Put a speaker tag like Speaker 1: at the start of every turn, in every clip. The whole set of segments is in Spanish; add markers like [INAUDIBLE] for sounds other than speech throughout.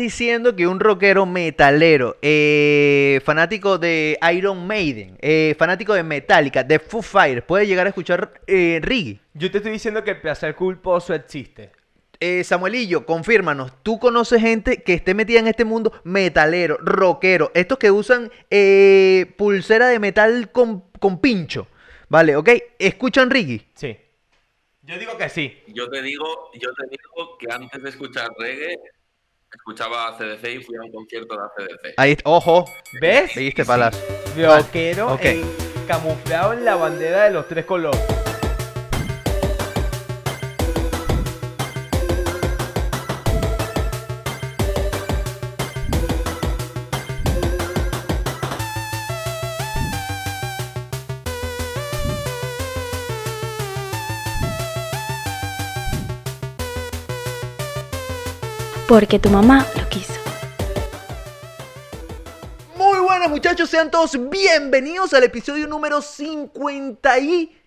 Speaker 1: diciendo que un rockero metalero, eh, fanático de Iron Maiden, eh, fanático de Metallica, de Foo Fighters, puede llegar a escuchar eh, reggae.
Speaker 2: Yo te estoy diciendo que el placer culposo existe.
Speaker 1: Eh, Samuelillo, confírmanos, ¿tú conoces gente que esté metida en este mundo metalero, rockero, estos que usan eh, pulsera de metal con, con pincho? Vale, ok, escuchan reggae.
Speaker 2: Sí. Yo digo que sí.
Speaker 3: Yo te digo, yo te digo que antes de escuchar reggae, escuchaba a CDC y fui a un concierto de ACDC.
Speaker 1: Ahí, est- ojo,
Speaker 2: ¿Ves?
Speaker 1: viste palas.
Speaker 2: Rockero
Speaker 1: ok.
Speaker 2: en- camuflado en la bandera de los tres colores.
Speaker 4: porque tu mamá lo quiso.
Speaker 1: Muy buenas muchachos, sean todos bienvenidos al episodio número 56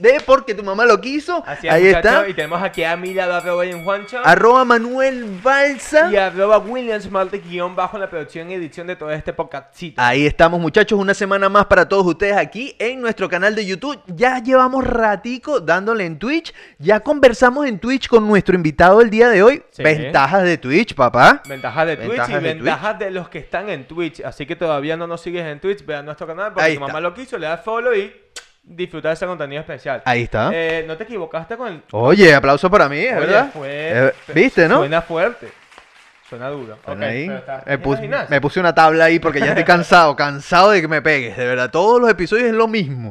Speaker 1: de Porque tu mamá lo quiso.
Speaker 2: Así es,
Speaker 1: Ahí
Speaker 2: muchachos,
Speaker 1: está.
Speaker 2: Y tenemos aquí a mi lado a Robin Juancho.
Speaker 1: Arroba Manuel Balsa.
Speaker 2: Y a Roba Williams Malte guión bajo en la producción y edición de todo este podcastito.
Speaker 1: Ahí estamos muchachos, una semana más para todos ustedes aquí en nuestro canal de YouTube. Ya llevamos ratico dándole en Twitch. Ya conversamos en Twitch con nuestro invitado del día de hoy.
Speaker 2: Sí.
Speaker 1: Ventajas de Twitch, papá.
Speaker 2: Ventajas de Twitch
Speaker 1: Ventajas
Speaker 2: y
Speaker 1: de
Speaker 2: ventajas de los que están en Twitch. Así que todavía no nos sigues en Twitch, ve a nuestro canal porque
Speaker 1: Ahí
Speaker 2: tu
Speaker 1: está.
Speaker 2: mamá lo quiso, le das follow y disfruta de ese contenido especial.
Speaker 1: Ahí está.
Speaker 2: Eh, no te equivocaste con el.
Speaker 1: Oye, aplauso para mí, es
Speaker 2: Oye,
Speaker 1: verdad.
Speaker 2: fue-
Speaker 1: Eh, ¿Viste, no?
Speaker 2: Suena fuerte. Suena duro.
Speaker 1: Bueno,
Speaker 2: Ok,
Speaker 1: ahí
Speaker 2: pero está-
Speaker 1: me,
Speaker 2: ¿te
Speaker 1: pus-
Speaker 2: imaginas?
Speaker 1: me puse una tabla ahí porque ya estoy cansado, [LAUGHS] cansado de que me pegues, de verdad. Todos los episodios es lo mismo.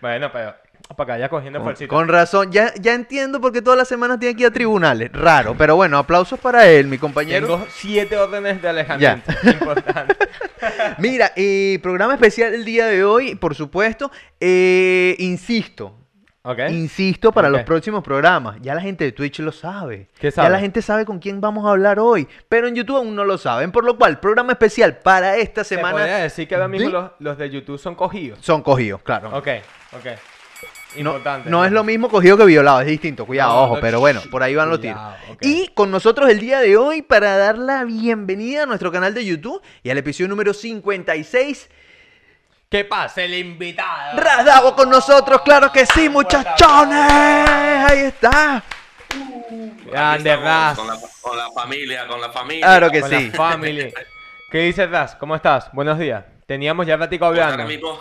Speaker 2: Bueno, pero para que vaya cogiendo
Speaker 1: Con,
Speaker 2: fuercita.
Speaker 1: con razón, ya, ya entiendo por qué todas las semanas tiene que ir a tribunales. Raro, pero bueno, aplausos para él, mi compañero.
Speaker 2: Tengo siete órdenes de alejamiento. [LAUGHS] Importante.
Speaker 1: Mira, eh, programa especial el día de hoy, por supuesto. Eh, insisto, [LAUGHS]
Speaker 2: Ok.
Speaker 1: insisto para los
Speaker 2: Ok.
Speaker 1: próximos programas. Ya la gente de Twitch lo sabe.
Speaker 2: ¿Qué
Speaker 1: Ya la
Speaker 2: sabe?
Speaker 1: gente sabe con quién vamos a hablar hoy. Pero en YouTube aún no lo saben. Por lo cual, programa especial para esta
Speaker 2: Se
Speaker 1: semana.
Speaker 2: podría decir que ahora mismo
Speaker 1: de-
Speaker 2: los, los de YouTube son cogidos.
Speaker 1: Son cogidos, claro.
Speaker 2: Ok, ok.
Speaker 1: No,
Speaker 2: Importante.
Speaker 1: no es lo mismo cogido que violado, es distinto. Cuidado,
Speaker 2: No,
Speaker 1: ojo,
Speaker 2: no,
Speaker 1: pero
Speaker 2: sh-
Speaker 1: bueno, por ahí van los tiros.
Speaker 2: cuidado, ok.
Speaker 1: Y con nosotros el día de hoy para dar la bienvenida a nuestro canal de YouTube y al episodio número 56.
Speaker 2: ¿Qué pasa? El invitado.
Speaker 1: Rasdavo con nosotros, claro que sí, muchachones. Ahí está.
Speaker 3: Aquí
Speaker 2: Grande
Speaker 3: estamos,
Speaker 2: Raz.
Speaker 3: con, la, con la familia, con la familia.
Speaker 1: Ah, Claro
Speaker 3: Pues
Speaker 1: que
Speaker 2: Con
Speaker 1: sí. [LAUGHS]
Speaker 2: la family. ¿Qué dices, Raz? ¿Cómo estás? Buenos días. Teníamos ya platico
Speaker 3: Pues ahora
Speaker 2: hablando.
Speaker 3: mismo,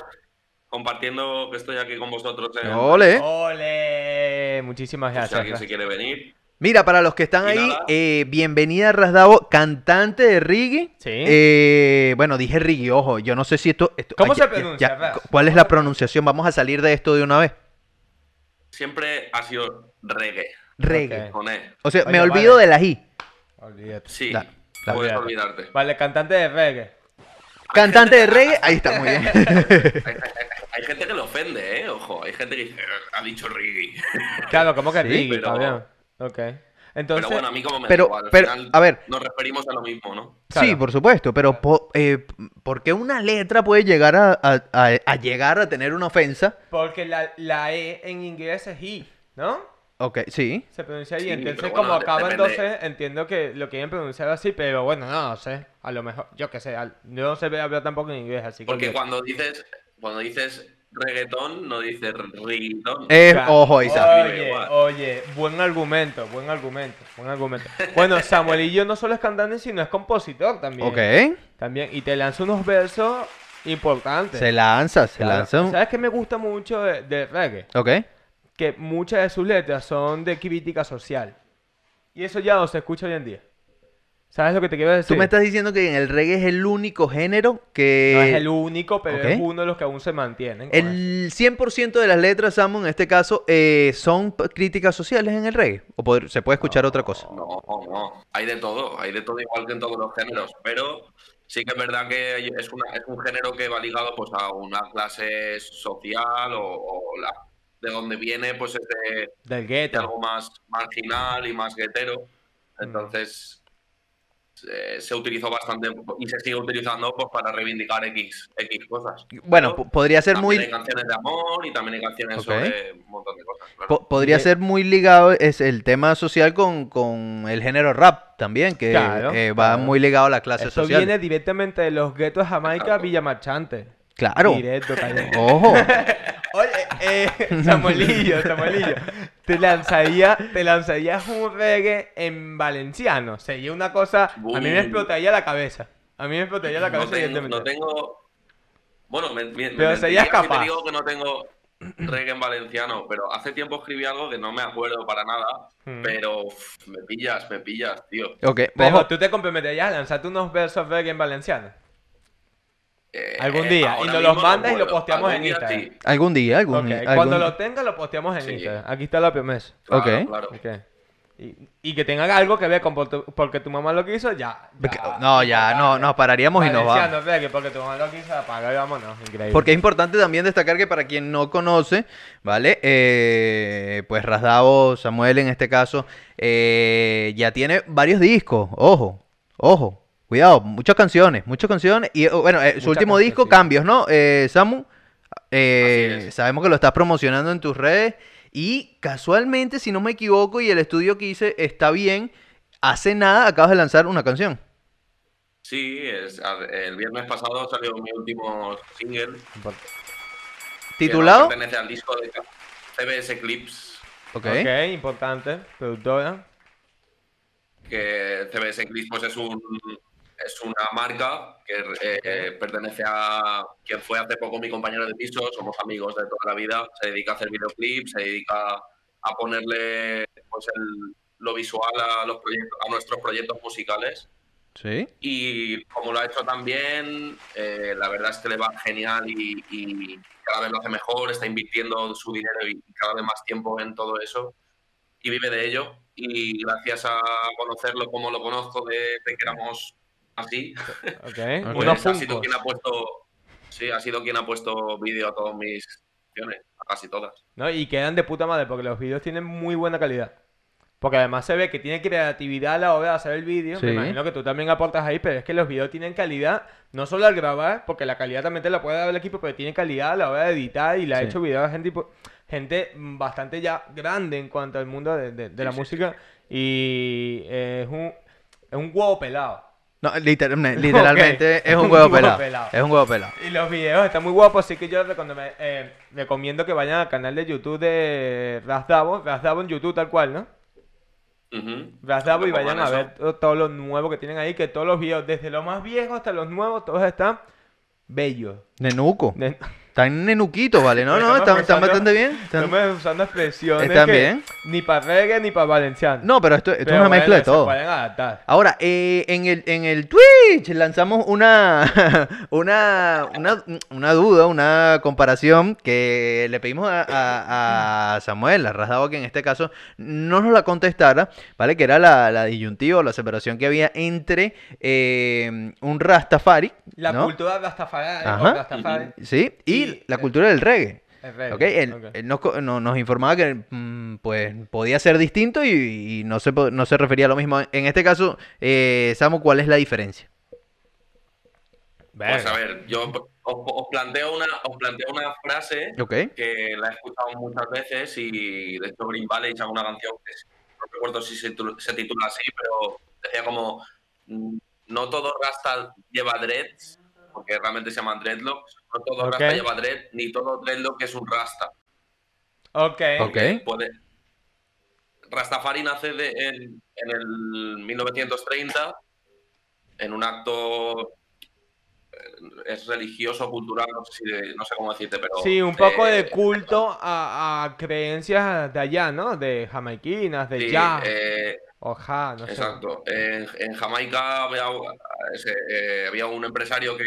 Speaker 3: compartiendo que estoy aquí con vosotros. en-
Speaker 1: Ole.
Speaker 2: Ole. Muchísimas
Speaker 3: si
Speaker 2: gracias.
Speaker 3: alguien
Speaker 2: Raz.
Speaker 3: se quiere venir.
Speaker 1: Mira, para los que están
Speaker 3: Y
Speaker 1: ahí,
Speaker 3: nada.
Speaker 1: eh, bienvenida Rasdavo, cantante de reggae.
Speaker 2: Sí.
Speaker 1: Eh, bueno, dije reggae, ojo, yo no sé si esto... esto-
Speaker 2: ¿Cómo se
Speaker 1: ya- ya-
Speaker 2: pronuncia,
Speaker 1: ya-
Speaker 2: Raz?
Speaker 1: ¿Cuál es la pronunciación? Vamos a salir de esto de una vez.
Speaker 3: Siempre ha sido reggae,
Speaker 1: Reggae.
Speaker 2: Ok.
Speaker 3: con E.
Speaker 1: O sea, me
Speaker 2: Oye,
Speaker 1: olvido
Speaker 2: vale.
Speaker 1: de la I.
Speaker 2: Olvídate.
Speaker 3: Sí,
Speaker 1: Da- da-
Speaker 3: puedes
Speaker 2: Olvídate.
Speaker 3: olvidarte.
Speaker 2: Vale, cantante de reggae.
Speaker 1: Cantante de reggae, ahí está, muy [LAUGHS] bien.
Speaker 3: [LAUGHS] Hay, hay- hay gente que lo ofende, ¿eh? Ojo, hay gente que dice, "Eh, ha dicho reggae.
Speaker 2: Claro, ¿cómo que
Speaker 1: Sí,
Speaker 2: reggae?
Speaker 3: pero-
Speaker 2: Está bien. Ok. Entonces,
Speaker 3: pero bueno, a mí como me da
Speaker 1: pero-
Speaker 3: igual, al
Speaker 1: pero,
Speaker 3: final
Speaker 1: a ver.
Speaker 3: Nos referimos a lo mismo, ¿no?
Speaker 1: Sí,
Speaker 2: Claro.
Speaker 1: por supuesto, pero po- eh, p- ¿por qué una letra puede llegar a, a- a- a llegar a tener una ofensa?
Speaker 2: porque la, la E en inglés es I, ¿no?
Speaker 1: Ok, sí.
Speaker 2: Se pronuncia ahí,
Speaker 3: Sí,
Speaker 2: entonces
Speaker 3: pero
Speaker 2: como
Speaker 3: bueno, de-
Speaker 2: acaba en
Speaker 3: depende.
Speaker 2: 12, entiendo que lo quieren pronunciar así, pero bueno, no, no sé, a lo mejor, yo qué sé, al- yo no sé hablar tampoco en inglés, así que...
Speaker 3: Porque
Speaker 2: olvídate.
Speaker 3: cuando dices, cuando dices reggaetón, no dices reggaetón.
Speaker 1: Eh,
Speaker 2: Claro.
Speaker 1: ojo, Isa.
Speaker 2: Oye, oye, buen argumento, buen argumento, buen argumento. Bueno, Samuelillo no solo es cantante, sino es compositor también.
Speaker 1: Ok.
Speaker 2: También, y te lanza unos versos importantes.
Speaker 1: Se lanza, se
Speaker 2: Claro.
Speaker 1: lanza. un-
Speaker 2: ¿Sabes qué me gusta mucho de, de reggae?
Speaker 1: Ok.
Speaker 2: Que muchas de sus letras son de crítica social. Y eso ya no se escucha hoy en día. ¿Sabes lo que te quiero decir?
Speaker 1: Tú me estás diciendo que en el reggae es el único género que...
Speaker 2: No es el único, pero es
Speaker 1: eh, ok.
Speaker 2: uno de los que aún se mantienen. con eso.
Speaker 1: el 100% de las letras, Samu, en este caso, eh, son p- críticas sociales en el reggae. O pod- se puede escuchar otra cosa.
Speaker 3: No, no. Hay de todo, hay de todo igual que en todos los géneros, pero sí que es verdad que hay- es, una- es un género que va ligado pues a una clase social o, o la, de donde viene pues es de,
Speaker 2: Del
Speaker 3: de
Speaker 2: gueto.
Speaker 3: algo más marginal y más guetero. Entonces eh, se utilizó bastante y se sigue utilizando pues, para reivindicar X, X cosas.
Speaker 1: Bueno,
Speaker 3: Pero
Speaker 1: po- podría ser
Speaker 3: también
Speaker 1: muy...
Speaker 3: hay canciones de amor y también hay canciones
Speaker 1: Ok.
Speaker 3: sobre un montón de cosas. claro.
Speaker 1: po- podría
Speaker 2: de-
Speaker 1: ser muy ligado es el tema social con, con el género rap también, que
Speaker 2: Claro,
Speaker 1: eh, va
Speaker 2: claro.
Speaker 1: muy ligado a la clase
Speaker 2: Esto
Speaker 1: social.
Speaker 2: viene directamente de los guetos de Jamaica a Villa Marchante.
Speaker 1: Claro. [LAUGHS]
Speaker 2: Directo, calla. [LAUGHS]
Speaker 1: Ojo.
Speaker 2: Oye, eh, Samuelillo, Samuelillo, te lanzaría, te lanzarías un reggae en valenciano. Sería una cosa. A mí me
Speaker 3: Uh.
Speaker 2: explotaría la cabeza. A mí me explotaría la cabeza.
Speaker 3: no tengo,
Speaker 2: evidentemente.
Speaker 3: no tengo- Bueno, me, me- me
Speaker 2: Pero serías
Speaker 3: mentiría si
Speaker 2: capaz.
Speaker 3: te digo que no tengo reggae en valenciano, pero hace tiempo escribí algo que no me acuerdo para nada,
Speaker 2: Mm.
Speaker 3: pero uf, me pillas, me pillas, tío.
Speaker 1: Ok,
Speaker 2: Pero
Speaker 1: ojo.
Speaker 2: tú te comprometerías a lanzarte unos versos reggae en valenciano.
Speaker 3: Eh,
Speaker 2: Algún día, y
Speaker 3: ahora
Speaker 2: nos los
Speaker 3: mismo no
Speaker 2: mandas y lo
Speaker 3: puedo.
Speaker 2: posteamos
Speaker 3: Algún
Speaker 2: en
Speaker 3: día
Speaker 2: Instagram.
Speaker 3: sí.
Speaker 1: Algún día, algún,
Speaker 2: Ok,
Speaker 1: algún-
Speaker 2: Cuando lo tenga lo posteamos en
Speaker 3: Sí.
Speaker 2: Instagram. Aquí está la promesa.
Speaker 3: Claro,
Speaker 1: Ok.
Speaker 3: claro.
Speaker 2: Ok. Y, y que tenga algo que ver con por tu- porque tu mamá lo quiso, ya.
Speaker 1: Porque- no, ya, no, nos pararíamos y nos vamos.
Speaker 2: Ah, Valenciano, reggae, porque tu mamá lo quiso, apaga y vámonos. Increíble.
Speaker 1: Eh, Porque es importante también destacar que para quien no conoce, ¿vale? Eh, pues Rasdavo, Samuel en este caso, eh, ya tiene varios discos. Ojo, ojo, cuidado, muchas canciones, muchas canciones. Y oh, bueno, eh,
Speaker 2: Muchas
Speaker 1: su último
Speaker 2: canciones,
Speaker 1: disco,
Speaker 2: sí.
Speaker 1: Cambios, ¿no? Eh, Samu, eh,
Speaker 3: Así es.
Speaker 1: sabemos que lo estás promocionando en tus redes. Y casualmente, si no me equivoco, y el estudio que hice está bien, hace nada acabas de lanzar una canción.
Speaker 3: Sí, es- a- el viernes pasado salió mi último single. que
Speaker 1: ¿Titulado?
Speaker 3: no pertenece al disco de CBS Clips.
Speaker 1: Ok.
Speaker 2: ok, importante. Productora.
Speaker 3: que CBS Clips pues, es, un, es una marca que eh, eh, pertenece a quien fue hace poco mi compañero de piso, somos amigos de toda la vida, se dedica a hacer videoclips, se dedica a ponerle pues, el- lo visual a, los proyectos, a nuestros proyectos musicales.
Speaker 1: Sí.
Speaker 3: Y como lo ha hecho también, eh, la verdad es que le va genial y, y cada vez lo hace mejor, está invirtiendo su dinero y cada vez más tiempo en todo eso y vive de ello. Y gracias a conocerlo como lo conozco, de, de que éramos así,
Speaker 2: Ok.
Speaker 3: pues
Speaker 2: Unos
Speaker 3: ha sido
Speaker 2: Funkos.
Speaker 3: quien ha puesto, sí, ha sido quien ha puesto vídeo a todas mis canciones, a casi todas.
Speaker 2: ¿no? Y quedan de puta madre porque los vídeos tienen muy buena calidad. Porque además se ve que tiene creatividad a la hora de hacer el vídeo.
Speaker 1: Sí.
Speaker 2: Me imagino que tú también aportas ahí, pero es que los vídeos tienen calidad, no solo al grabar, porque la calidad también te la puede dar el equipo, pero tiene calidad a la hora de editar y la ha
Speaker 1: Sí.
Speaker 2: hecho video a gente, tipo- gente mm, bastante ya grande en cuanto al mundo de, de- de la
Speaker 3: sí,
Speaker 2: música. Y eh, es un, es un huevo pelado.
Speaker 1: No, literal- literalmente
Speaker 2: Ok.
Speaker 1: es un huevo pelado. Es un huevo pelado.
Speaker 2: Y los videos están muy guapos, así que yo recondo- me- eh, recomiendo que vayan al canal de YouTube de Razdavo, Razdavo en YouTube tal cual, ¿no?
Speaker 3: Ujú.
Speaker 2: Razdavo y
Speaker 3: Pongan
Speaker 2: vayan a
Speaker 3: eso.
Speaker 2: ver to- todo lo nuevo que tienen ahí, que todos los videos, desde los más viejos hasta los nuevos, todos están bellos.
Speaker 1: Nenuco.
Speaker 2: De-
Speaker 1: Están nenuquitos, ¿vale? No, no,
Speaker 2: Estamos
Speaker 1: están, están
Speaker 2: usando-
Speaker 1: bastante bien. están-
Speaker 2: [LAUGHS] Estamos usando expresiones
Speaker 1: están
Speaker 2: que
Speaker 1: bien.
Speaker 2: ni para reggae ni para valenciano.
Speaker 1: No, pero esto, esto
Speaker 2: Pero
Speaker 1: es una
Speaker 2: bueno,
Speaker 1: mezcla de
Speaker 2: se
Speaker 1: todo.
Speaker 2: pueden adaptar.
Speaker 1: Ahora, eh, en, el, en el Twitch lanzamos una, [LAUGHS] una, una, una duda, una comparación que le pedimos a, a- a Samuel, a Rasdado, que en este caso no nos la contestara, ¿vale? Que era la, la disyuntiva o la separación que había entre eh, un Rastafari,
Speaker 2: La
Speaker 1: ¿no?
Speaker 2: cultura rastafari, o
Speaker 1: Ajá.
Speaker 2: rastafari,
Speaker 1: Sí, y
Speaker 2: Y-
Speaker 1: la cultura del reggae.
Speaker 2: es reggae.
Speaker 1: Ok, él,
Speaker 2: Ok.
Speaker 1: él nos, co- no- nos informaba que mm, pues, podía ser distinto y, y no, se, po- no se refería a lo mismo. En este caso, eh, Samu, ¿cuál es la diferencia?
Speaker 3: Pues a ver, yo os, os planteo una, os planteo una frase
Speaker 1: Ok,
Speaker 3: que la he escuchado muchas veces y de hecho Green Valley hizo una canción que es- no recuerdo si se, tu- se titula así, pero decía como mm, no todo Rasta lleva dreads, porque realmente se llaman dreadlocks, no todo
Speaker 2: Ok.
Speaker 3: Rasta lleva dread, ni todo dreadlock es un Rasta.
Speaker 2: Ok.
Speaker 1: Ok.
Speaker 3: Puede- Rastafari nace de- en, en el 1930 en un acto eh, es religioso, cultural, no sé, si de- no sé cómo decirte, pero...
Speaker 2: Sí, un poco
Speaker 3: eh,
Speaker 2: de culto a, a creencias de allá, ¿no? De jamaiquinas, de
Speaker 3: sí,
Speaker 2: ya,
Speaker 3: eh,
Speaker 2: oja, no sé.
Speaker 3: Exacto. En, en Jamaica había, ese, eh, había un empresario que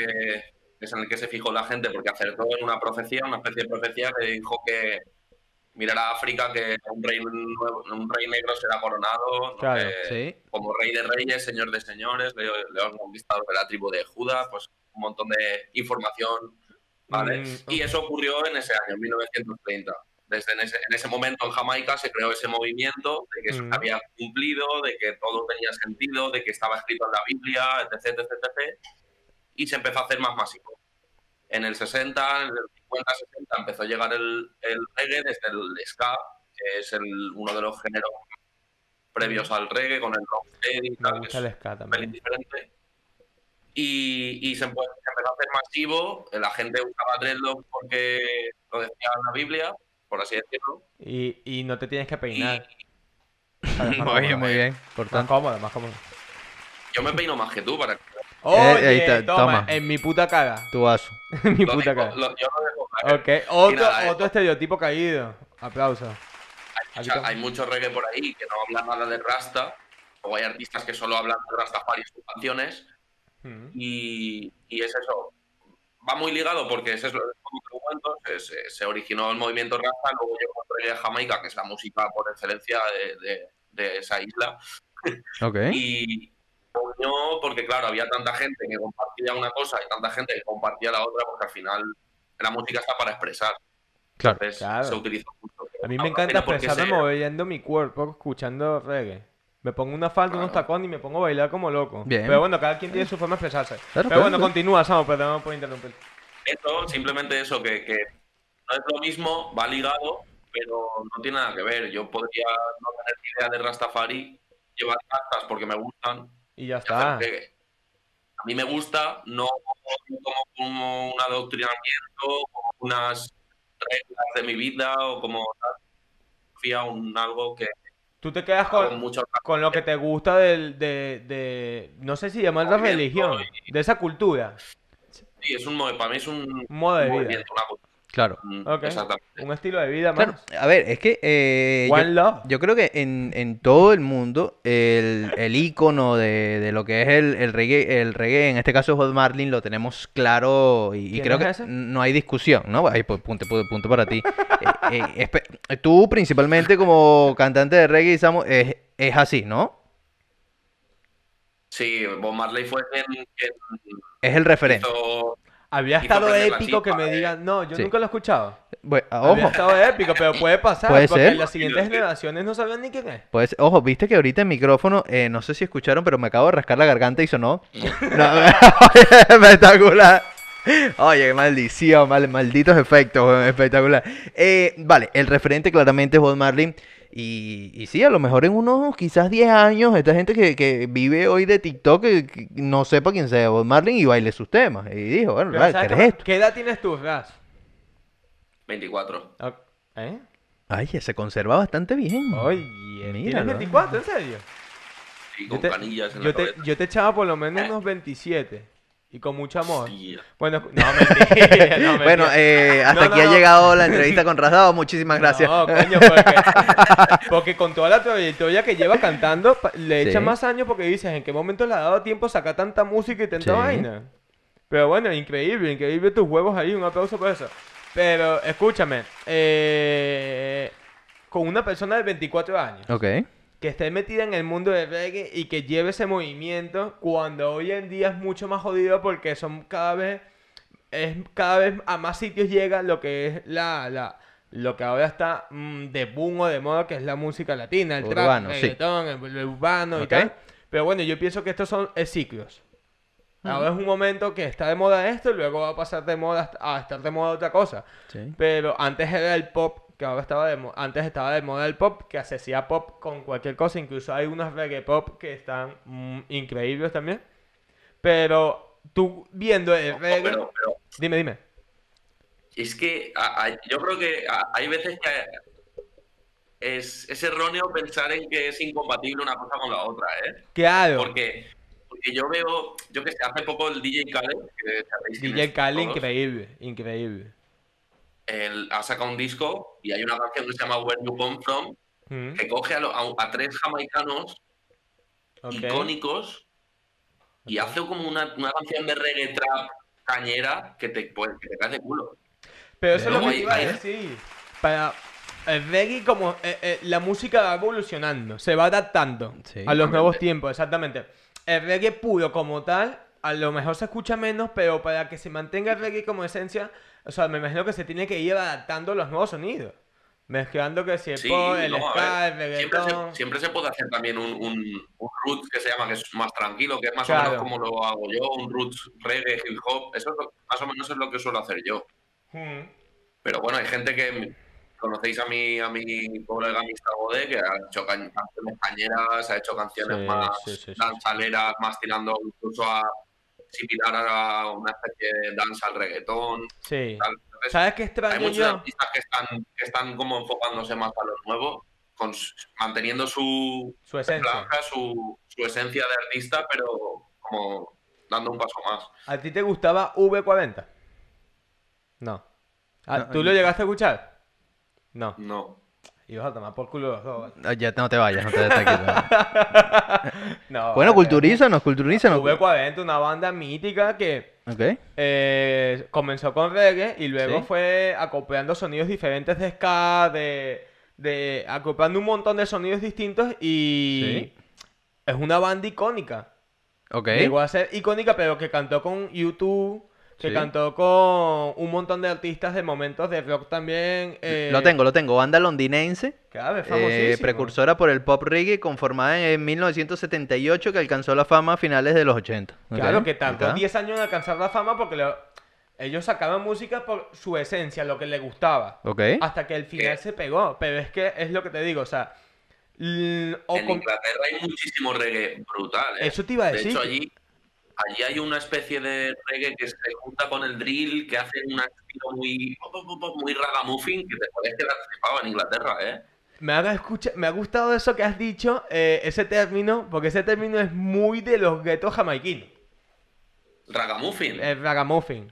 Speaker 3: que es en el que se fijó la gente porque acertó en una profecía, una especie de profecía que dijo que mirar a África que un rey nuevo- un rey negro será coronado ¿no?
Speaker 2: Claro,
Speaker 3: Eh,
Speaker 1: sí.
Speaker 3: como rey de reyes, señor de señores, le- león conquistador de la tribu de Judá, pues un montón de información, ¿vale?
Speaker 2: Mm,
Speaker 3: Y eso ocurrió en ese año, 1930. desde en ese, en ese momento en Jamaica se creó ese movimiento de que eso
Speaker 2: Mm.
Speaker 3: se había cumplido, de que todo tenía sentido, de que estaba escrito en la Biblia, etc, etc, etc. Y se empezó a hacer más masivo. En el 60, en el 50, 60 empezó a llegar el, el reggae desde el ska, que es el, uno de los géneros
Speaker 2: Mm.
Speaker 3: previos al reggae, con el rocksteady y
Speaker 2: Me
Speaker 3: tal, que
Speaker 2: gusta
Speaker 3: es-
Speaker 2: el ska
Speaker 3: papel
Speaker 2: también.
Speaker 3: indiferente. Y, y se, empe- se empezó a hacer masivo. eh, La gente usaba dreadlock porque lo decía la Biblia, por así decirlo.
Speaker 2: Y, y no te tienes que
Speaker 3: Y
Speaker 2: peinar.
Speaker 1: Muy bien,
Speaker 3: eh,
Speaker 1: muy bien.
Speaker 2: Más
Speaker 1: Importante.
Speaker 2: cómodo, más cómodo.
Speaker 3: yo me peino más que tú para que
Speaker 2: Oye,
Speaker 5: ahí está,
Speaker 2: toma,
Speaker 5: toma.
Speaker 2: en mi puta cara.
Speaker 5: Tu vaso.
Speaker 2: En mi
Speaker 3: lo
Speaker 2: puta
Speaker 3: dejo-
Speaker 2: cara.
Speaker 3: lo- yo lo dejo caer.
Speaker 2: Ok, otro,
Speaker 3: nada, eh.
Speaker 2: otro estereotipo caído. Aplauso.
Speaker 3: Hay,
Speaker 2: Aquí
Speaker 3: mucha-
Speaker 2: está.
Speaker 3: hay mucho reggae por ahí que no habla nada de Rasta. O hay artistas que solo hablan de Rastafari en sus canciones.
Speaker 2: Mm.
Speaker 3: y, y es eso. Va muy ligado porque es eso, es como te cuento, se- se, se originó el movimiento raza, luego llegó el reggae a Jamaica, que es la música por excelencia de, de- de esa isla,
Speaker 1: Ok.
Speaker 3: y unió porque, claro, había tanta gente que compartía una cosa y tanta gente que compartía la otra, porque al final la música está para expresar.
Speaker 1: Claro,
Speaker 3: Entonces,
Speaker 2: claro.
Speaker 3: se utilizó mucho.
Speaker 2: A mí me
Speaker 3: Ahora,
Speaker 2: encanta
Speaker 3: porque
Speaker 2: expresarme
Speaker 3: se-
Speaker 2: moviendo mi cuerpo escuchando reggae. Me pongo una falda, unos
Speaker 3: Claro.
Speaker 2: tacones y me pongo a bailar como loco.
Speaker 1: Bien.
Speaker 2: Pero bueno, cada quien tiene su forma de expresarse.
Speaker 1: Claro,
Speaker 2: Pero
Speaker 1: claro,
Speaker 2: bueno,
Speaker 1: claro.
Speaker 2: continúa, Samo, perdón por interrumpir.
Speaker 3: Eso, simplemente eso, que, que no es lo mismo, va ligado, pero no tiene nada que ver. Yo podría no tener ni idea de Rastafari, llevar cartas porque me gustan
Speaker 2: Y ya
Speaker 3: y hacer
Speaker 2: está.
Speaker 3: reggae. A mí me gusta, no como, como un adoctrinamiento, como unas reglas de mi vida o como tal. Fui a un algo que
Speaker 2: Tú te quedas
Speaker 3: con
Speaker 2: con,
Speaker 3: mucho
Speaker 2: con lo que te gusta del, de, de- no sé si llamarla
Speaker 3: Movimiento
Speaker 2: religión, de esa cultura,
Speaker 3: sí, es un mo- para mí es un
Speaker 2: un modo de vida,
Speaker 3: movimiento, una cosa.
Speaker 1: claro.
Speaker 3: Mm,
Speaker 2: Ok.
Speaker 3: Exactamente.
Speaker 2: un estilo de vida
Speaker 1: Claro,
Speaker 2: más.
Speaker 1: a ver, es que eh, yo,
Speaker 2: One love.
Speaker 1: yo creo que en, en todo el mundo el, el ícono de, de lo que es el, el reggae, el reggae, en este caso Hot Marlin, lo tenemos claro y, y
Speaker 2: ¿Quién
Speaker 1: creo
Speaker 2: es
Speaker 1: que
Speaker 2: ese?
Speaker 1: no hay discusión, ¿no? Ahí, pues, punto, punto, punto para ti. [LAUGHS] Eh, eh, espe- tú principalmente como cantante de reggae, Samu, es, es así, ¿no?
Speaker 3: Sí, Bob Marley fue quien, quien
Speaker 1: Es el referente.
Speaker 3: hizo
Speaker 2: Había
Speaker 3: hizo
Speaker 2: estado
Speaker 3: prender la
Speaker 2: épico que
Speaker 3: chispa,
Speaker 2: me
Speaker 3: eh.
Speaker 2: digan, no, yo
Speaker 1: Sí.
Speaker 2: nunca lo he escuchado.
Speaker 1: Bueno, ah,
Speaker 2: Había
Speaker 1: ojo,
Speaker 2: estado épico, pero puede pasar,
Speaker 1: Puede
Speaker 2: porque
Speaker 1: ser.
Speaker 2: las siguientes generaciones no sabían ni quién es.
Speaker 1: pues, ojo, viste que ahorita el micrófono, eh, no sé si escucharon, pero me acabo de rascar la garganta y sonó. No, [LAUGHS] espectacular. Oye, qué maldición, mal- malditos efectos, weón, espectacular. Eh, vale, el referente claramente es Bob Marley. Y, y sí, a lo mejor en unos quizás 10 años, esta gente que, que vive hoy de TikTok que, que no sepa quién sea Bob Marley y baile sus temas. Y dijo, bueno,
Speaker 2: Pero,
Speaker 1: vale,
Speaker 2: ¿sabes
Speaker 1: ¿qué
Speaker 2: qué
Speaker 1: es
Speaker 2: más?
Speaker 1: esto?
Speaker 2: ¿Qué edad tienes tú, Gas?
Speaker 3: 24.
Speaker 2: Ah, ¿Eh?
Speaker 1: Ay, se conserva bastante bien.
Speaker 2: Oye, ¿tienes
Speaker 1: Míralo.
Speaker 2: 24? ¿En serio?
Speaker 3: Sí,
Speaker 2: Yo
Speaker 3: con
Speaker 2: te,
Speaker 3: canillas en
Speaker 2: yo
Speaker 3: la
Speaker 2: te,
Speaker 3: cabeza. Eh.
Speaker 2: yo te echaba por lo menos unos 27. Y con mucho amor.
Speaker 3: Sí.
Speaker 2: Bueno, escu- no, mentira, [LAUGHS] no, mentira.
Speaker 1: [LAUGHS] Bueno, eh, hasta
Speaker 2: No,
Speaker 1: aquí
Speaker 2: no,
Speaker 1: ha
Speaker 2: no.
Speaker 1: llegado [LAUGHS] la entrevista con Rasdado. Muchísimas gracias.
Speaker 2: No, coño, porque, [LAUGHS] porque con toda la trayectoria que lleva cantando, pa- le
Speaker 1: Sí.
Speaker 2: echa más años porque dices, ¿en qué momento le ha dado tiempo sacar tanta música y tanta
Speaker 1: Sí.
Speaker 2: vaina? Pero bueno, increíble, increíble tus huevos ahí, un aplauso por eso. Pero escúchame, eh, con una persona de 24 años,
Speaker 1: Ok.
Speaker 2: que esté metida en el mundo del reggae y que lleve ese movimiento cuando hoy en día es mucho más jodido porque son cada vez es cada vez a más sitios llega lo que es la, la lo que ahora está mm, de boom o de moda que es la música latina, el trap,
Speaker 1: Urbano,
Speaker 2: el
Speaker 1: sí.
Speaker 2: reggaetón, el, el urbano y
Speaker 1: Ok.
Speaker 2: tal. Pero bueno, yo pienso que estos son eh, ciclos. Ahora es un momento que está de moda esto y luego va a pasar de moda hasta- a estar de moda otra cosa. Pero antes era el pop, que ahora estaba de mo- antes estaba de moda el pop, que se hacía pop con cualquier cosa, incluso hay unos reggae pop que están mm, increíbles también. Pero tú viendo el reggae,
Speaker 3: Pero, pero
Speaker 2: dime, dime.
Speaker 3: Es que a- a- yo creo que a- hay veces que es, es erróneo pensar en que es incompatible una cosa con la otra, ¿eh?
Speaker 2: Claro,
Speaker 3: Porque, porque yo veo, yo que sé, hace poco el DJ Khaled, que sabéis quién
Speaker 2: DJ
Speaker 3: es
Speaker 2: Khaled
Speaker 3: todos,
Speaker 2: increíble, increíble.
Speaker 3: él ha sacado un disco y hay una canción que se llama Where You Come From,
Speaker 2: Mm,
Speaker 3: que coge a, lo- a- a tres jamaicanos
Speaker 2: ok.
Speaker 3: icónicos y hace como una, una canción de reggae trap cañera que te, pues, que te caes de culo.
Speaker 2: Pero eso es lo
Speaker 3: Pero
Speaker 2: que te iba a
Speaker 3: ahí-
Speaker 2: decir. Para el reggae, como eh, eh, la música va evolucionando, se va adaptando
Speaker 1: Sí.
Speaker 2: a los nuevos
Speaker 3: Exactamente.
Speaker 2: tiempos, exactamente. El reggae puro como tal, a lo mejor se escucha menos, pero para que se mantenga el reggae como esencia, o sea, me imagino que se tiene que ir adaptando a los nuevos sonidos. Mezclando que si el
Speaker 3: Sí,
Speaker 2: pop, el
Speaker 3: no, a
Speaker 2: ska, el
Speaker 3: ver, siempre, se,
Speaker 2: reggaetón.
Speaker 3: siempre se puede hacer también un, un, un roots que se llama, que es más tranquilo, que es más
Speaker 2: Claro.
Speaker 3: o menos como lo hago yo, un roots reggae, hip hop, eso es lo- más o menos es lo que suelo hacer yo.
Speaker 2: Mm.
Speaker 3: Pero bueno, hay gente que conocéis a mi, a mi colega Mista Godé, que ha hecho can- canciones cañeras, ha hecho canciones
Speaker 2: Sí,
Speaker 3: más
Speaker 2: sí, sí, sí,
Speaker 3: danzaleras, más tirando incluso a similar a una especie de danza al reggaetón.
Speaker 2: Sí.
Speaker 3: tal. Entonces,
Speaker 2: ¿Sabes qué
Speaker 3: hay
Speaker 2: extraño
Speaker 3: muchos
Speaker 2: yo?
Speaker 3: artistas que están, que están como enfocándose más a lo nuevo, con, s- manteniendo su
Speaker 2: Su esencia.
Speaker 3: blanca, su, su esencia de artista, pero como dando un paso más.
Speaker 2: ¿A ti te gustaba V40? No. ¿A-
Speaker 1: No,
Speaker 2: Ah, ¿Tú
Speaker 1: no.
Speaker 2: lo llegaste a escuchar? No.
Speaker 3: No.
Speaker 2: Ibas a tomar por culo los dos. ¿vale?
Speaker 1: Ah, Ya no te vayas, no te tranquilo. [LAUGHS]
Speaker 2: No,
Speaker 1: bueno,
Speaker 2: vale.
Speaker 1: culturízanos, culturízanos.
Speaker 2: V40, una banda mítica que
Speaker 1: Ok.
Speaker 2: eh, comenzó con reggae y luego
Speaker 1: Sí.
Speaker 2: fue acoplando sonidos diferentes de ska, de, de acoplando un montón de sonidos distintos y es una banda icónica.
Speaker 1: Ok.
Speaker 2: Llegó a ser icónica, pero que cantó con YouTube, que
Speaker 1: Sí.
Speaker 2: cantó con un montón de artistas de momentos de rock también. eh,
Speaker 1: Lo tengo, lo tengo. Banda londinense.
Speaker 2: Claro, es
Speaker 1: eh,
Speaker 2: famosísimo.
Speaker 1: precursora por el pop reggae conformada en, 1978 que alcanzó la fama a finales de los 80. Ok,
Speaker 2: Claro, que
Speaker 1: ahí
Speaker 2: tardó
Speaker 1: está.
Speaker 2: 10 años en alcanzar la fama porque lo- ellos sacaban música por su esencia, lo que les gustaba.
Speaker 1: Ok.
Speaker 2: Hasta que el final
Speaker 3: ¿Qué?
Speaker 2: se pegó. Pero es que es lo que te digo, o sea. l- o
Speaker 3: en
Speaker 2: con-
Speaker 3: Inglaterra hay muchísimo reggae brutal. ¿eh?
Speaker 2: Eso te iba a
Speaker 3: De
Speaker 2: decir.
Speaker 3: hecho, allí, allí hay una especie de reggae que se junta con el drill, que hace un estilo muy, muy ragamuffin, que te puedes quedar flipado en Inglaterra, ¿eh?
Speaker 2: Me ha, escucha- me ha gustado eso que has dicho, eh, ese término, porque ese término es muy de los guetos jamaiquinos.
Speaker 3: Ragamuffin.
Speaker 2: El ragamuffin.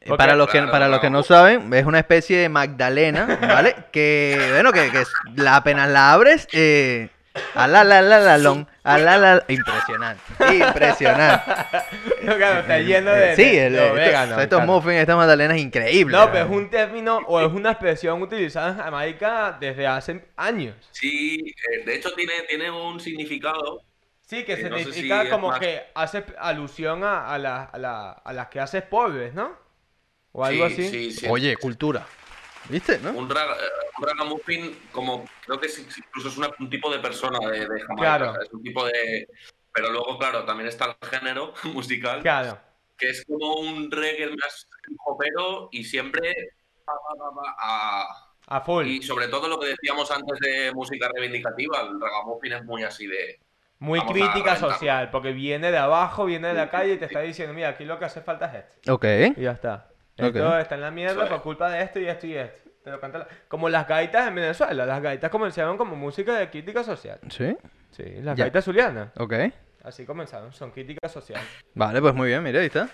Speaker 1: Eh,
Speaker 2: Porque-
Speaker 1: Para los que,
Speaker 3: Claro,
Speaker 1: para los que no
Speaker 3: vamos.
Speaker 1: saben, es una especie de Magdalena, ¿vale? que, bueno, que, que es- la, apenas la abres, eh, a la la la la long, a la la- Impresionante, impresionante.
Speaker 2: [LAUGHS] No, claro, está lleno de.
Speaker 1: Eh, sí,
Speaker 2: de-
Speaker 1: el,
Speaker 2: de
Speaker 1: estos-
Speaker 2: orégano,
Speaker 1: estos
Speaker 2: claro.
Speaker 1: muffins, estas magdalenas increíbles.
Speaker 2: No, pero es
Speaker 1: ¿vale?
Speaker 2: un término o es una expresión utilizada en Jamaica desde hace años.
Speaker 3: Sí, eh, de hecho tiene, tiene un significado.
Speaker 2: Sí, que
Speaker 3: Sí, Eh, no sé si
Speaker 2: significa
Speaker 3: es
Speaker 2: como
Speaker 3: más-
Speaker 2: que hace alusión a, a, la- a la- a las que haces pobres, ¿no? O algo
Speaker 3: Sí,
Speaker 2: así.
Speaker 3: sí, sí.
Speaker 1: Oye, cultura. ¿Viste? ¿No?
Speaker 3: Un, raga- eh, un ragamuffin, como creo que es incluso es una- un tipo de persona de, de Jamaica.
Speaker 2: Claro.
Speaker 3: o sea, es un tipo de. Pero luego, claro, también está el género [LAUGHS] musical,
Speaker 2: Claro.
Speaker 3: que es como un reggae más jopero y siempre. pa, pa, pa, pa, a-
Speaker 2: A full.
Speaker 3: Y sobre todo lo que decíamos antes de música reivindicativa, el ragamuffin es muy así de.
Speaker 2: Muy
Speaker 3: vamos a
Speaker 2: crítica
Speaker 3: reventarlo.
Speaker 2: social, porque viene de abajo, viene de la
Speaker 3: Sí,
Speaker 2: calle y
Speaker 3: sí,
Speaker 2: te está diciendo, mira, aquí lo que hace falta es esto.
Speaker 1: Ok.
Speaker 2: Y ya está.
Speaker 1: Ok.
Speaker 2: Esto está en la mierda
Speaker 3: Eso es.
Speaker 2: por culpa de esto y esto y esto. Te lo canta la- Como las gaitas en Venezuela. Las gaitas comenzaron como música de crítica social.
Speaker 1: Sí.
Speaker 2: Sí, las
Speaker 1: Ya.
Speaker 2: gaitas zulianas.
Speaker 1: Ok.
Speaker 2: Así comenzaron, son críticas sociales.
Speaker 1: Vale, pues muy bien, mira, ahí está.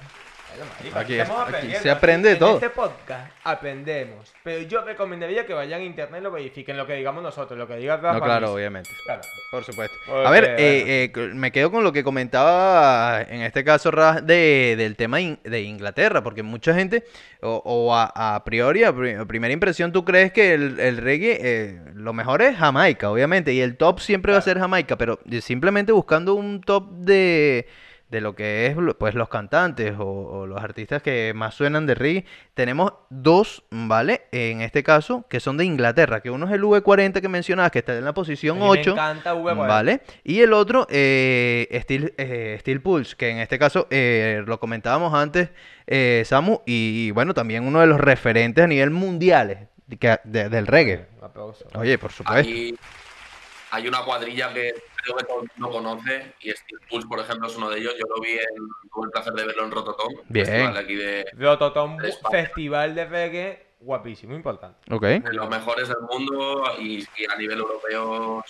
Speaker 2: Bueno, marico,
Speaker 1: Aquí
Speaker 2: estamos
Speaker 1: es- aquí
Speaker 2: aprendiendo.
Speaker 1: se aprende de
Speaker 2: en
Speaker 1: todo.
Speaker 2: este podcast aprendemos, pero yo recomendaría que vayan a internet y lo verifiquen, lo que digamos nosotros, lo que diga Rafa.
Speaker 1: No, claro,
Speaker 2: Luis.
Speaker 1: obviamente.
Speaker 2: Claro.
Speaker 1: Por supuesto.
Speaker 2: Ok,
Speaker 1: a ver,
Speaker 2: bueno.
Speaker 1: eh, eh, cl- me quedo con lo que comentaba en este caso Ra, de, del tema in- de Inglaterra, porque mucha gente, o, o a, a priori, a, pri- a primera impresión, tú crees que el, el reggae, eh, lo mejor es Jamaica, obviamente, y el top siempre va a ser Jamaica, pero de- simplemente buscando un top de, de lo que es lo- pues los cantantes o, o los artistas que más suenan de reggae, tenemos dos, ¿vale? En este caso, que son de Inglaterra, que uno es el V40 que mencionabas, que está en la
Speaker 2: A mí
Speaker 1: posición
Speaker 2: me
Speaker 1: 8.
Speaker 2: encanta V40.
Speaker 1: Vale. Y el otro, eh, Steel, eh, Steel Pulse, que en este caso eh, lo comentábamos antes, eh, Samu, y bueno, también uno de los referentes a nivel mundial de- que- de- del reggae.
Speaker 2: Un aplauso.
Speaker 1: Oye, por supuesto.
Speaker 3: Hay, hay una cuadrilla que creo que todo el mundo conoce y Steel Pulse, por ejemplo, es uno de ellos. Yo lo vi en, tuve el placer de verlo en Rototom, un
Speaker 1: Bien.
Speaker 3: festival de aquí de,
Speaker 2: Rototom
Speaker 3: Tres
Speaker 2: Bu-
Speaker 3: papas.
Speaker 2: Festival de Reggae, guapísimo, importante.
Speaker 1: Ok.
Speaker 3: de los mejores del mundo y, y a nivel europeo,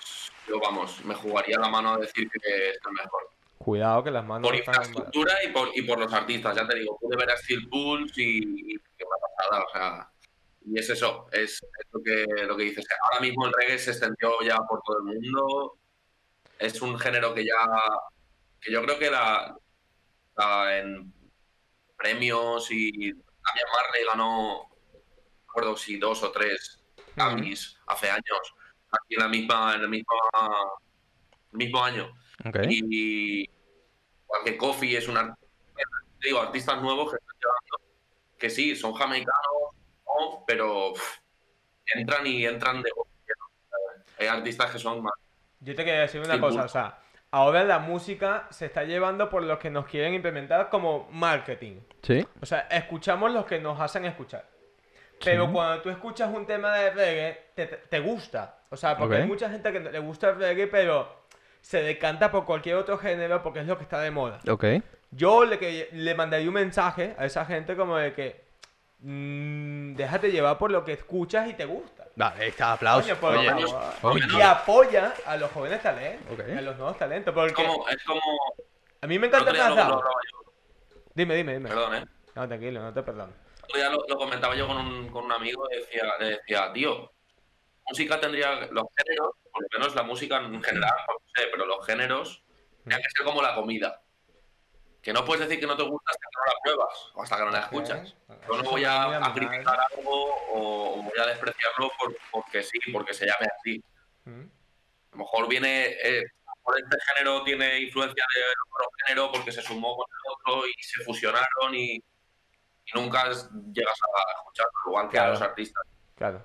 Speaker 3: yo vamos, me jugaría la mano a decir que es el mejor.
Speaker 2: Cuidado que las manos
Speaker 3: Por
Speaker 2: no están
Speaker 3: infraestructura y por, y por los artistas, ya te digo, pude ver a Steel Pulse y, y qué pasada, o sea. Y es eso, es, es lo, que, lo que dices. Ahora mismo el reggae se extendió ya por todo el mundo. Es un género que ya. que yo creo que la, la- en premios y. También Marley ganó, no recuerdo si dos o tres Grammys hace años, aquí en la misma, en el mismo, mismo año.
Speaker 1: Ok.
Speaker 3: Y igual que Kofi es un artista, digo, artistas nuevos que están llegando, que sí, son jamaicanos, ¿no? pero uf, entran y entran de golpe. Hay artistas que son más.
Speaker 2: Yo te quería decir una
Speaker 3: Sin
Speaker 2: cosa,
Speaker 3: duda.
Speaker 2: o sea, ahora la música se está llevando por los que nos quieren implementar como marketing.
Speaker 1: Sí.
Speaker 2: O sea, escuchamos los que nos hacen escuchar. Pero cuando tú escuchas un tema de reggae, te, te- te gusta. O sea, porque
Speaker 1: Ok.
Speaker 2: hay mucha gente que le gusta el reggae, pero se decanta por cualquier otro género porque es lo que está de moda.
Speaker 1: Ok.
Speaker 2: Yo le, que, le mandaría un mensaje a esa gente como de que mm, déjate llevar por lo que escuchas y te gusta.
Speaker 1: Vale, ahí está, aplausos.
Speaker 2: Coño, pues, por
Speaker 1: Ah, Oye,
Speaker 2: favor.
Speaker 1: oye.
Speaker 2: Y apoya a los jóvenes talentos,
Speaker 1: Ok.
Speaker 2: a los nuevos talentos.
Speaker 3: Es
Speaker 2: Porque
Speaker 3: como. Es como
Speaker 2: a mí me
Speaker 3: el otro
Speaker 2: encanta
Speaker 3: día
Speaker 2: más
Speaker 3: lo-
Speaker 2: Dao.
Speaker 3: lo hablaba yo.
Speaker 2: Dime, dime, dime.
Speaker 3: Perdón, ¿eh?
Speaker 2: No, tranquilo, no te perdono.
Speaker 3: El otro día lo, lo comentaba yo con un, con un amigo y decía, le decía, tío, música tendría. Los géneros, por lo menos la música en general, pues, no lo sé, pero los géneros tendrían que ser como la comida. Que no puedes decir que no te gusta hasta que no la pruebas o hasta que no la escuchas. Yo no voy a, a criticar algo o, o voy a despreciarlo por- porque sí, porque se llame así.
Speaker 2: Mm.
Speaker 3: A lo mejor viene, eh, a lo mejor este género tiene influencia de otro género porque se sumó con el otro y se fusionaron y, y nunca es- llegas a escucharlo, igual que
Speaker 2: Claro.
Speaker 3: a los artistas.
Speaker 2: Claro.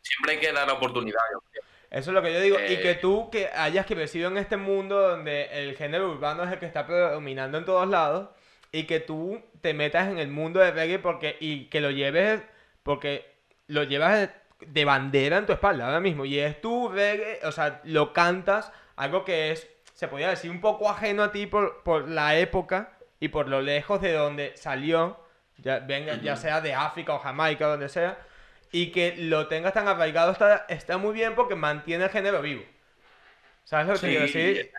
Speaker 3: Siempre hay que dar la oportunidad. yo creo.
Speaker 2: Eso es lo que yo digo. Y
Speaker 3: Eh,
Speaker 2: que tú que hayas crecido en este mundo donde el género urbano es el que está predominando en todos lados y que tú te metas en el mundo de reggae porque y que lo lleves porque lo llevas de bandera en tu espalda ahora mismo y es tu reggae, o sea, lo cantas algo que es se podría decir un poco ajeno a ti por, por la época y por lo lejos de donde salió, ya, venga, ya
Speaker 3: Ujú.
Speaker 2: sea de África o Jamaica o donde sea y que lo tengas tan arraigado está, está muy bien porque mantiene el género vivo. ¿Sabes lo que te quiero
Speaker 3: Sí,
Speaker 2: decir?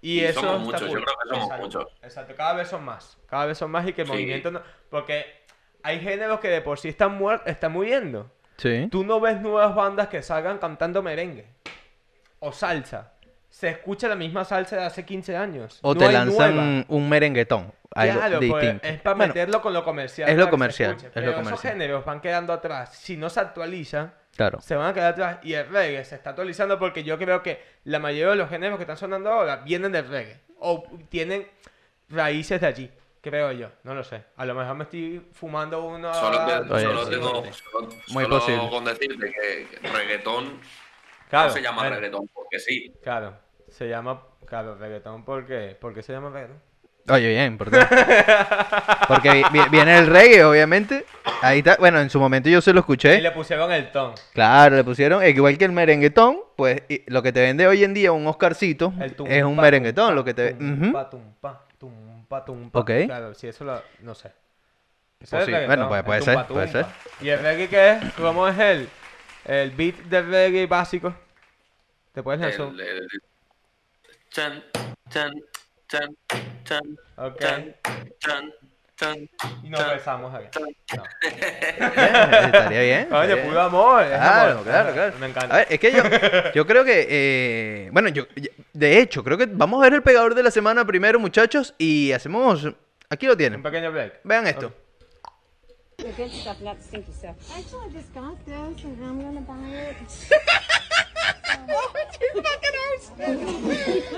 Speaker 2: Y,
Speaker 3: y
Speaker 2: eso
Speaker 3: somos
Speaker 2: está
Speaker 3: muchos, yo
Speaker 2: cool.
Speaker 3: creo que somos
Speaker 2: Exacto,
Speaker 3: muchos.
Speaker 2: Exacto, cada vez son más. Cada vez son más y que el
Speaker 3: Sí.
Speaker 2: movimiento no- Porque hay géneros que de por sí están, muer- están muriendo.
Speaker 1: Sí.
Speaker 2: Tú no ves nuevas bandas que salgan cantando merengue o salsa. Se escucha la misma salsa de hace 15 años.
Speaker 1: O
Speaker 2: No
Speaker 1: te
Speaker 2: hay
Speaker 1: lanzan
Speaker 2: nueva.
Speaker 1: un merenguetón. Algo
Speaker 2: Claro, pues,
Speaker 1: distinto.
Speaker 2: es para
Speaker 1: Bueno,
Speaker 2: meterlo con lo comercial.
Speaker 1: es lo
Speaker 2: para que se
Speaker 1: comercial,
Speaker 2: escuche.
Speaker 1: es lo
Speaker 2: Pero Esos
Speaker 1: comercial.
Speaker 2: géneros van quedando atrás. Si no se actualizan,
Speaker 1: claro.
Speaker 2: se van a quedar atrás. Y el reggae se está actualizando porque yo creo que la mayoría de los géneros que están sonando ahora vienen del reggae. O tienen raíces de allí, creo yo. No lo sé. A lo mejor me estoy fumando uno.
Speaker 3: Solo, te-
Speaker 1: Ah, Oye,
Speaker 3: solo
Speaker 1: sí,
Speaker 3: tengo
Speaker 1: sí.
Speaker 3: solo-
Speaker 1: Muy
Speaker 3: solo
Speaker 1: posible.
Speaker 3: con decirte que que reggaetón
Speaker 2: Claro,
Speaker 3: no se llama
Speaker 2: bueno,
Speaker 3: reggaetón porque sí.
Speaker 2: Claro. Se llama, claro, reggaetón porque... ¿Por qué se llama reggaetón?
Speaker 1: Oye, bien, importante. Porque vi- vi- viene el reggae, obviamente. Ahí está. Bueno, en su momento yo se lo
Speaker 2: Y
Speaker 1: escuché.
Speaker 2: le pusieron [LAUGHS] el ton.
Speaker 1: Claro, le pusieron, eh, igual que el merenguetón, pues y lo que te vende hoy en día un Oscarcito
Speaker 2: El tum,
Speaker 1: es un
Speaker 2: pa,
Speaker 1: merenguetón,
Speaker 2: tum,
Speaker 1: lo que te...
Speaker 2: tum,
Speaker 1: Ujú.
Speaker 2: pa, tum, pa, tum, pa, tum, pa.
Speaker 1: Ok.
Speaker 2: Claro, si eso lo... no sé. Eso
Speaker 1: Pues
Speaker 2: es
Speaker 1: sí, bueno,
Speaker 2: reggaetón,
Speaker 1: pues,
Speaker 2: el
Speaker 1: puede
Speaker 2: tumpa,
Speaker 1: ser, puede
Speaker 2: tumpa.
Speaker 1: ser.
Speaker 2: ¿Y el reggae qué es? Pues ¿Cómo es el, el beat del reggae básico? ¿Te puedes lanzar
Speaker 3: El,
Speaker 2: un-
Speaker 3: el- chan, chan, chan, chan,
Speaker 2: Ok.
Speaker 3: chan, chan, chan.
Speaker 2: Y no
Speaker 3: chan.
Speaker 2: pensamos aquí. No.
Speaker 1: Bien, estaría bien. estaría
Speaker 2: [LAUGHS] Coño,
Speaker 1: bien.
Speaker 2: puro amor. es
Speaker 1: Claro,
Speaker 2: amor.
Speaker 1: claro, claro.
Speaker 2: Me encanta.
Speaker 1: A ver, es que yo, yo creo que, eh, bueno, yo, yo- de hecho, creo que vamos a ver el pegador de la semana primero, muchachos, y hacemos, aquí lo
Speaker 2: Un
Speaker 1: tienen,
Speaker 2: pequeño break.
Speaker 1: vean esto.
Speaker 6: You're good stuff, not stinky stuff. Actually, I just got this, and I'm gonna buy it. You're fucking arse.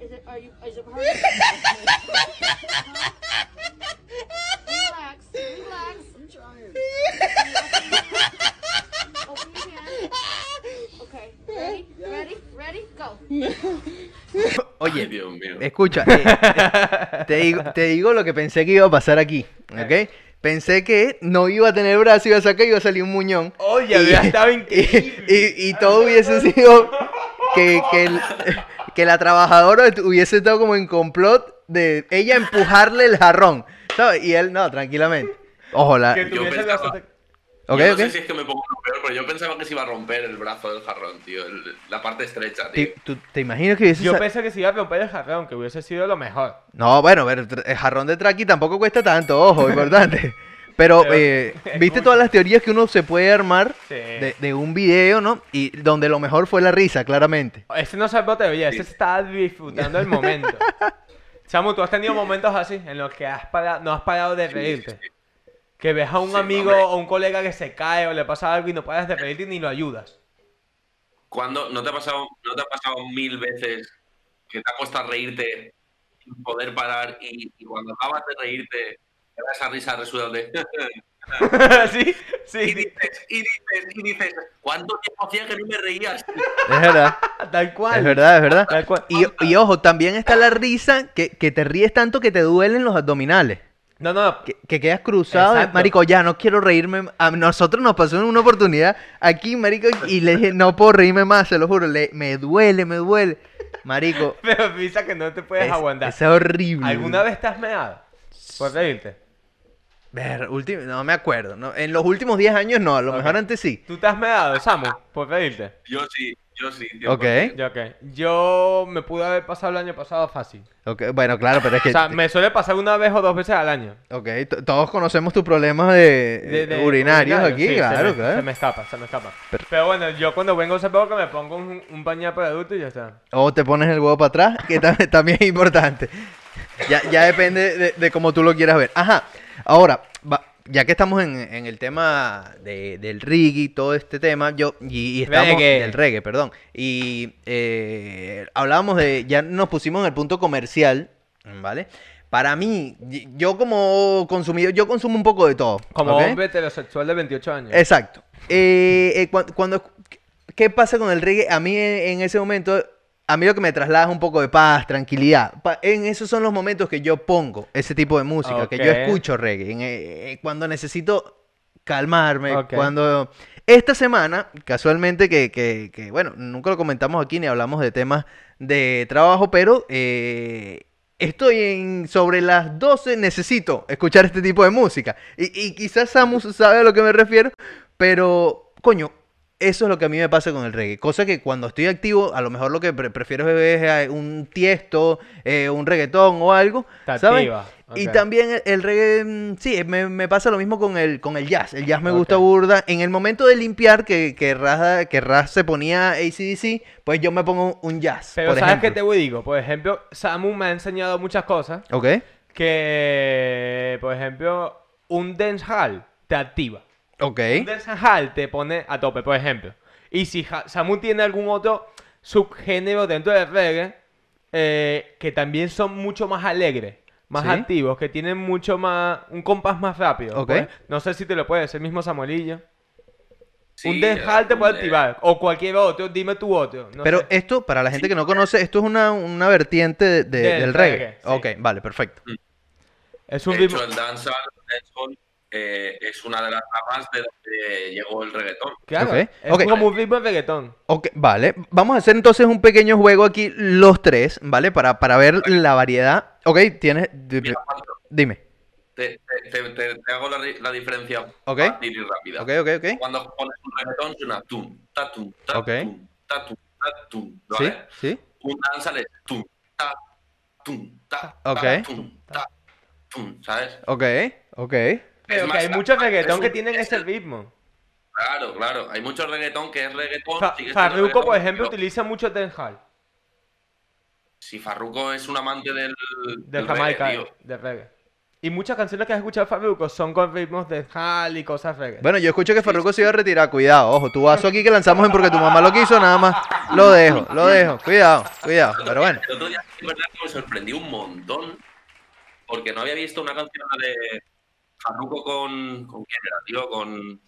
Speaker 7: Is it, are you, is it hurting? Huh? Relax, relax. I'm trying. Open your hand. Okay, ready, ready, ready, go.
Speaker 3: Ay,
Speaker 1: Oye,
Speaker 3: Dios mío.
Speaker 1: escucha, eh, eh, te, digo, te digo lo que pensé que iba a pasar aquí, ¿ok? Pensé que no iba a tener brazo, iba a sacar, iba a salir un muñón.
Speaker 2: Oye,
Speaker 1: Y-
Speaker 2: había
Speaker 1: [LAUGHS]
Speaker 2: estado
Speaker 1: y-
Speaker 2: increíble.
Speaker 1: Y, y todo hubiese sido que, que el- que la trabajadora estu- hubiese estado como en complot de ella empujarle el jarrón. ¿sabes? Y él, no, tranquilamente. Ojo, la...
Speaker 2: Que
Speaker 3: Yo
Speaker 2: tuviese
Speaker 3: pensaba-
Speaker 2: bastante-
Speaker 1: Ok,
Speaker 3: yo no
Speaker 1: ok.
Speaker 3: sé si es que me pongo lo peor, pero yo pensaba que se iba a romper el brazo del jarrón, tío. el- la parte estrecha, tío.
Speaker 1: Ti- tú- ¿Te imaginas que hubiese...
Speaker 2: Yo
Speaker 1: sa-
Speaker 2: pensé que se iba a romper el jarrón, que hubiese sido lo mejor.
Speaker 1: No, bueno, pero tr- el jarrón de traqui tampoco cuesta tanto, ojo,
Speaker 2: [LAUGHS]
Speaker 1: importante. Pero,
Speaker 2: Pero,
Speaker 1: eh,
Speaker 2: [LAUGHS]
Speaker 1: viste
Speaker 2: escucha.
Speaker 1: todas las teorías que uno se puede armar
Speaker 2: Sí.
Speaker 1: de, de un video, ¿no? Y donde lo mejor fue la risa, claramente.
Speaker 2: Ese Este no salvó teoría, ese
Speaker 3: Sí.
Speaker 2: está disfrutando el momento. Chamo, tú has tenido momentos así en los que has parado, no has parado de reírte. Que ves a un
Speaker 3: Sí,
Speaker 2: amigo
Speaker 3: hombre.
Speaker 2: o un colega que se cae o le pasa algo y no puedes despedirte ni lo ayudas.
Speaker 3: ¿Cuándo, no, te ha pasado, ¿No te ha pasado mil veces que te ha costado reírte sin poder parar y, y cuando acabas de reírte te da esa risa residual de... [LAUGHS]
Speaker 2: sí,
Speaker 3: y
Speaker 2: sí,
Speaker 3: dices, y dices, y dices, ¿cuánto tiempo hacía que no me reías?
Speaker 1: Es verdad,
Speaker 2: tal cual.
Speaker 1: es verdad, es verdad.
Speaker 2: Tal cual.
Speaker 1: Y, y ojo, también está la risa que, que te ríes tanto que te duelen los abdominales.
Speaker 2: No, no, no.
Speaker 1: Que, que quedas cruzado,
Speaker 2: Exacto.
Speaker 1: marico, ya no quiero reírme. A nosotros nos pasó una oportunidad aquí, marico, y le dije, no puedo reírme más, se lo juro. Le, me duele, me duele. Marico,
Speaker 2: Pero piensa que no te [LAUGHS] puedes
Speaker 1: es,
Speaker 2: aguantar.
Speaker 1: es horrible.
Speaker 2: ¿Alguna vez estás meado? Por reírte.
Speaker 1: Ver, ulti- no me acuerdo. no, en los últimos 10 años no, a lo
Speaker 2: Ok.
Speaker 1: mejor antes sí.
Speaker 2: ¿Tú te has meado, Samu? Por reírte.
Speaker 3: Yo sí, yo sí. Pues,
Speaker 1: Ok.
Speaker 3: 100%.
Speaker 2: Ya, ok. Yo me pude haber pasado el año pasado fácil.
Speaker 1: Ok, Bueno, claro, pero es que.
Speaker 2: O sea, me suele pasar una vez o dos veces al año.
Speaker 1: Ok, to- todos conocemos tus problemas de,
Speaker 2: De- de-
Speaker 1: Eh, urinarios
Speaker 2: urinario,
Speaker 1: aquí,
Speaker 2: sí, se
Speaker 1: claro,
Speaker 2: me-
Speaker 1: claro.
Speaker 2: Se me escapa, se me escapa. Pero, bueno, yo cuando vengo se poco que me pongo un, un pañal para adulto y ya está.
Speaker 1: O te pones el huevo para atrás, que tam- [LAUGHS] también es importante. Ya, ya depende de, de cómo tú lo quieras ver. Ajá, ahora, va- ya que estamos en, en el tema de- del reggae y todo este tema, yo, y, y estamos
Speaker 2: Reggae.
Speaker 1: del reggae, perdón. Y eh, hablábamos de, ya nos pusimos en el punto comercial, ¿vale? Para mí, y- yo como consumidor, yo consumo un poco de todo.
Speaker 2: Como
Speaker 1: ¿ok?
Speaker 2: hombre heterosexual de 28 años.
Speaker 1: Exacto. Eh, eh, cuan- cuando, ¿Qué pasa con el reggae? A mí eh, en, en ese momento, a mí lo que me traslada es un poco de paz, tranquilidad. Pa- en esos son los momentos que yo pongo ese tipo de música, que yo
Speaker 2: Ok.
Speaker 1: escucho reggae. en- eh, eh, cuando necesito calmarme,
Speaker 2: Ok.
Speaker 1: cuando... Esta semana, casualmente, que, que- que, bueno, nunca lo comentamos aquí ni hablamos de temas de trabajo, pero eh, estoy en sobre las 12, necesito escuchar este tipo de música. Y, y quizás Samus sabe a lo que me refiero, pero coño, eso es lo que a mí me pasa con el reggae. Cosa que cuando estoy activo, a lo mejor lo que pre- prefiero es eh, un tiesto, eh, un reggaetón o algo.
Speaker 2: Te
Speaker 1: ¿sabes?
Speaker 2: activa,
Speaker 1: Y
Speaker 2: ok.
Speaker 1: también el, el reggae, mm, sí, me, me pasa lo mismo con el, con el jazz. El jazz me gusta
Speaker 2: Ok.
Speaker 1: burda. En el momento de limpiar que, que, Raz, que Raz se ponía ACDC, pues yo me pongo un jazz.
Speaker 2: Pero
Speaker 1: por
Speaker 2: ¿sabes qué te
Speaker 1: ejemplo.
Speaker 2: voy digo? Por ejemplo, Samu me ha enseñado muchas cosas
Speaker 1: Ok,
Speaker 2: que, por ejemplo, un dancehall te activa.
Speaker 1: ok.
Speaker 2: Un dancehall te pone a tope, por ejemplo. Y si Ja- Samu tiene algún otro subgénero dentro del reggae, eh, que también son mucho más alegres, más
Speaker 1: Sí.
Speaker 2: activos, que tienen mucho más, un compás más rápido.
Speaker 1: Ok.
Speaker 2: pues. No sé si te lo puede decir mismo Samuelillo.
Speaker 3: Sí,
Speaker 2: un dancehall te
Speaker 3: un-
Speaker 2: puede
Speaker 3: eh,
Speaker 2: activar, o cualquier otro, dime tu otro. no
Speaker 1: Pero
Speaker 2: sé.
Speaker 1: esto, para la gente que no conoce, esto es una, una vertiente de- de-
Speaker 2: Del
Speaker 1: del reggae.
Speaker 2: reggae, sí.
Speaker 1: Ok, vale, perfecto.
Speaker 2: es un
Speaker 3: De
Speaker 2: ritmo...
Speaker 3: hecho, el dancehall, el dancehall, eh, es una de las ramas de donde llegó el reggaetón.
Speaker 2: Claro,
Speaker 1: Ok,
Speaker 2: es
Speaker 1: ok.
Speaker 2: como un ritmo de reggaetón.
Speaker 1: Ok, vale. Vamos a hacer entonces un pequeño juego aquí, los tres, ¿vale? Para, para ver la variedad. Ok, tienes... di-
Speaker 3: Mira, Juanjo,
Speaker 1: Dime.
Speaker 3: te, te- te- te- te hago la, ri- la diferencia
Speaker 1: Ok.
Speaker 3: fácil y rápida.
Speaker 1: Ok, ok, ok.
Speaker 3: Cuando pones un reggaetón suena tum, ta tum, ta
Speaker 1: Ok.
Speaker 3: tum, ta tum, ta tum,
Speaker 1: ¿Sí?
Speaker 3: ¿vale?
Speaker 1: ¿Sí?
Speaker 3: Un dancehall es tum, ta, tum, ta, ta,
Speaker 1: Ok.
Speaker 3: tum, ta, tum, ¿sabes?
Speaker 1: Ok, ok.
Speaker 2: Pero que
Speaker 3: más,
Speaker 2: hay muchos
Speaker 3: es
Speaker 2: reggaetón que
Speaker 3: un-
Speaker 2: tienen
Speaker 3: es
Speaker 2: ese
Speaker 3: el-
Speaker 2: ritmo.
Speaker 3: Claro, claro. Hay mucho reggaetón que es reggaetón.
Speaker 2: Fa-
Speaker 3: sigue siendo
Speaker 2: Farruko, por
Speaker 3: reggaetón,
Speaker 2: ejemplo,
Speaker 3: pero
Speaker 2: utiliza mucho dancehall.
Speaker 3: Si Farruko es un amante del,
Speaker 2: De
Speaker 3: del
Speaker 2: Jamaica,
Speaker 3: reggae, tío.
Speaker 2: de reggae. Y muchas canciones que has escuchado de Farruko son con ritmos de hall y cosas reggae.
Speaker 1: Bueno, yo escucho que Farruko se iba a retirar. Cuidado, ojo, tu vaso aquí que lanzamos en porque tu mamá lo quiso, nada más. Lo dejo, lo dejo. Cuidado, cuidado. Pero bueno.
Speaker 3: El otro día es verdad que me sorprendí un montón porque no había visto una canción de Farruko con. ¿Con quién era, tío? Con.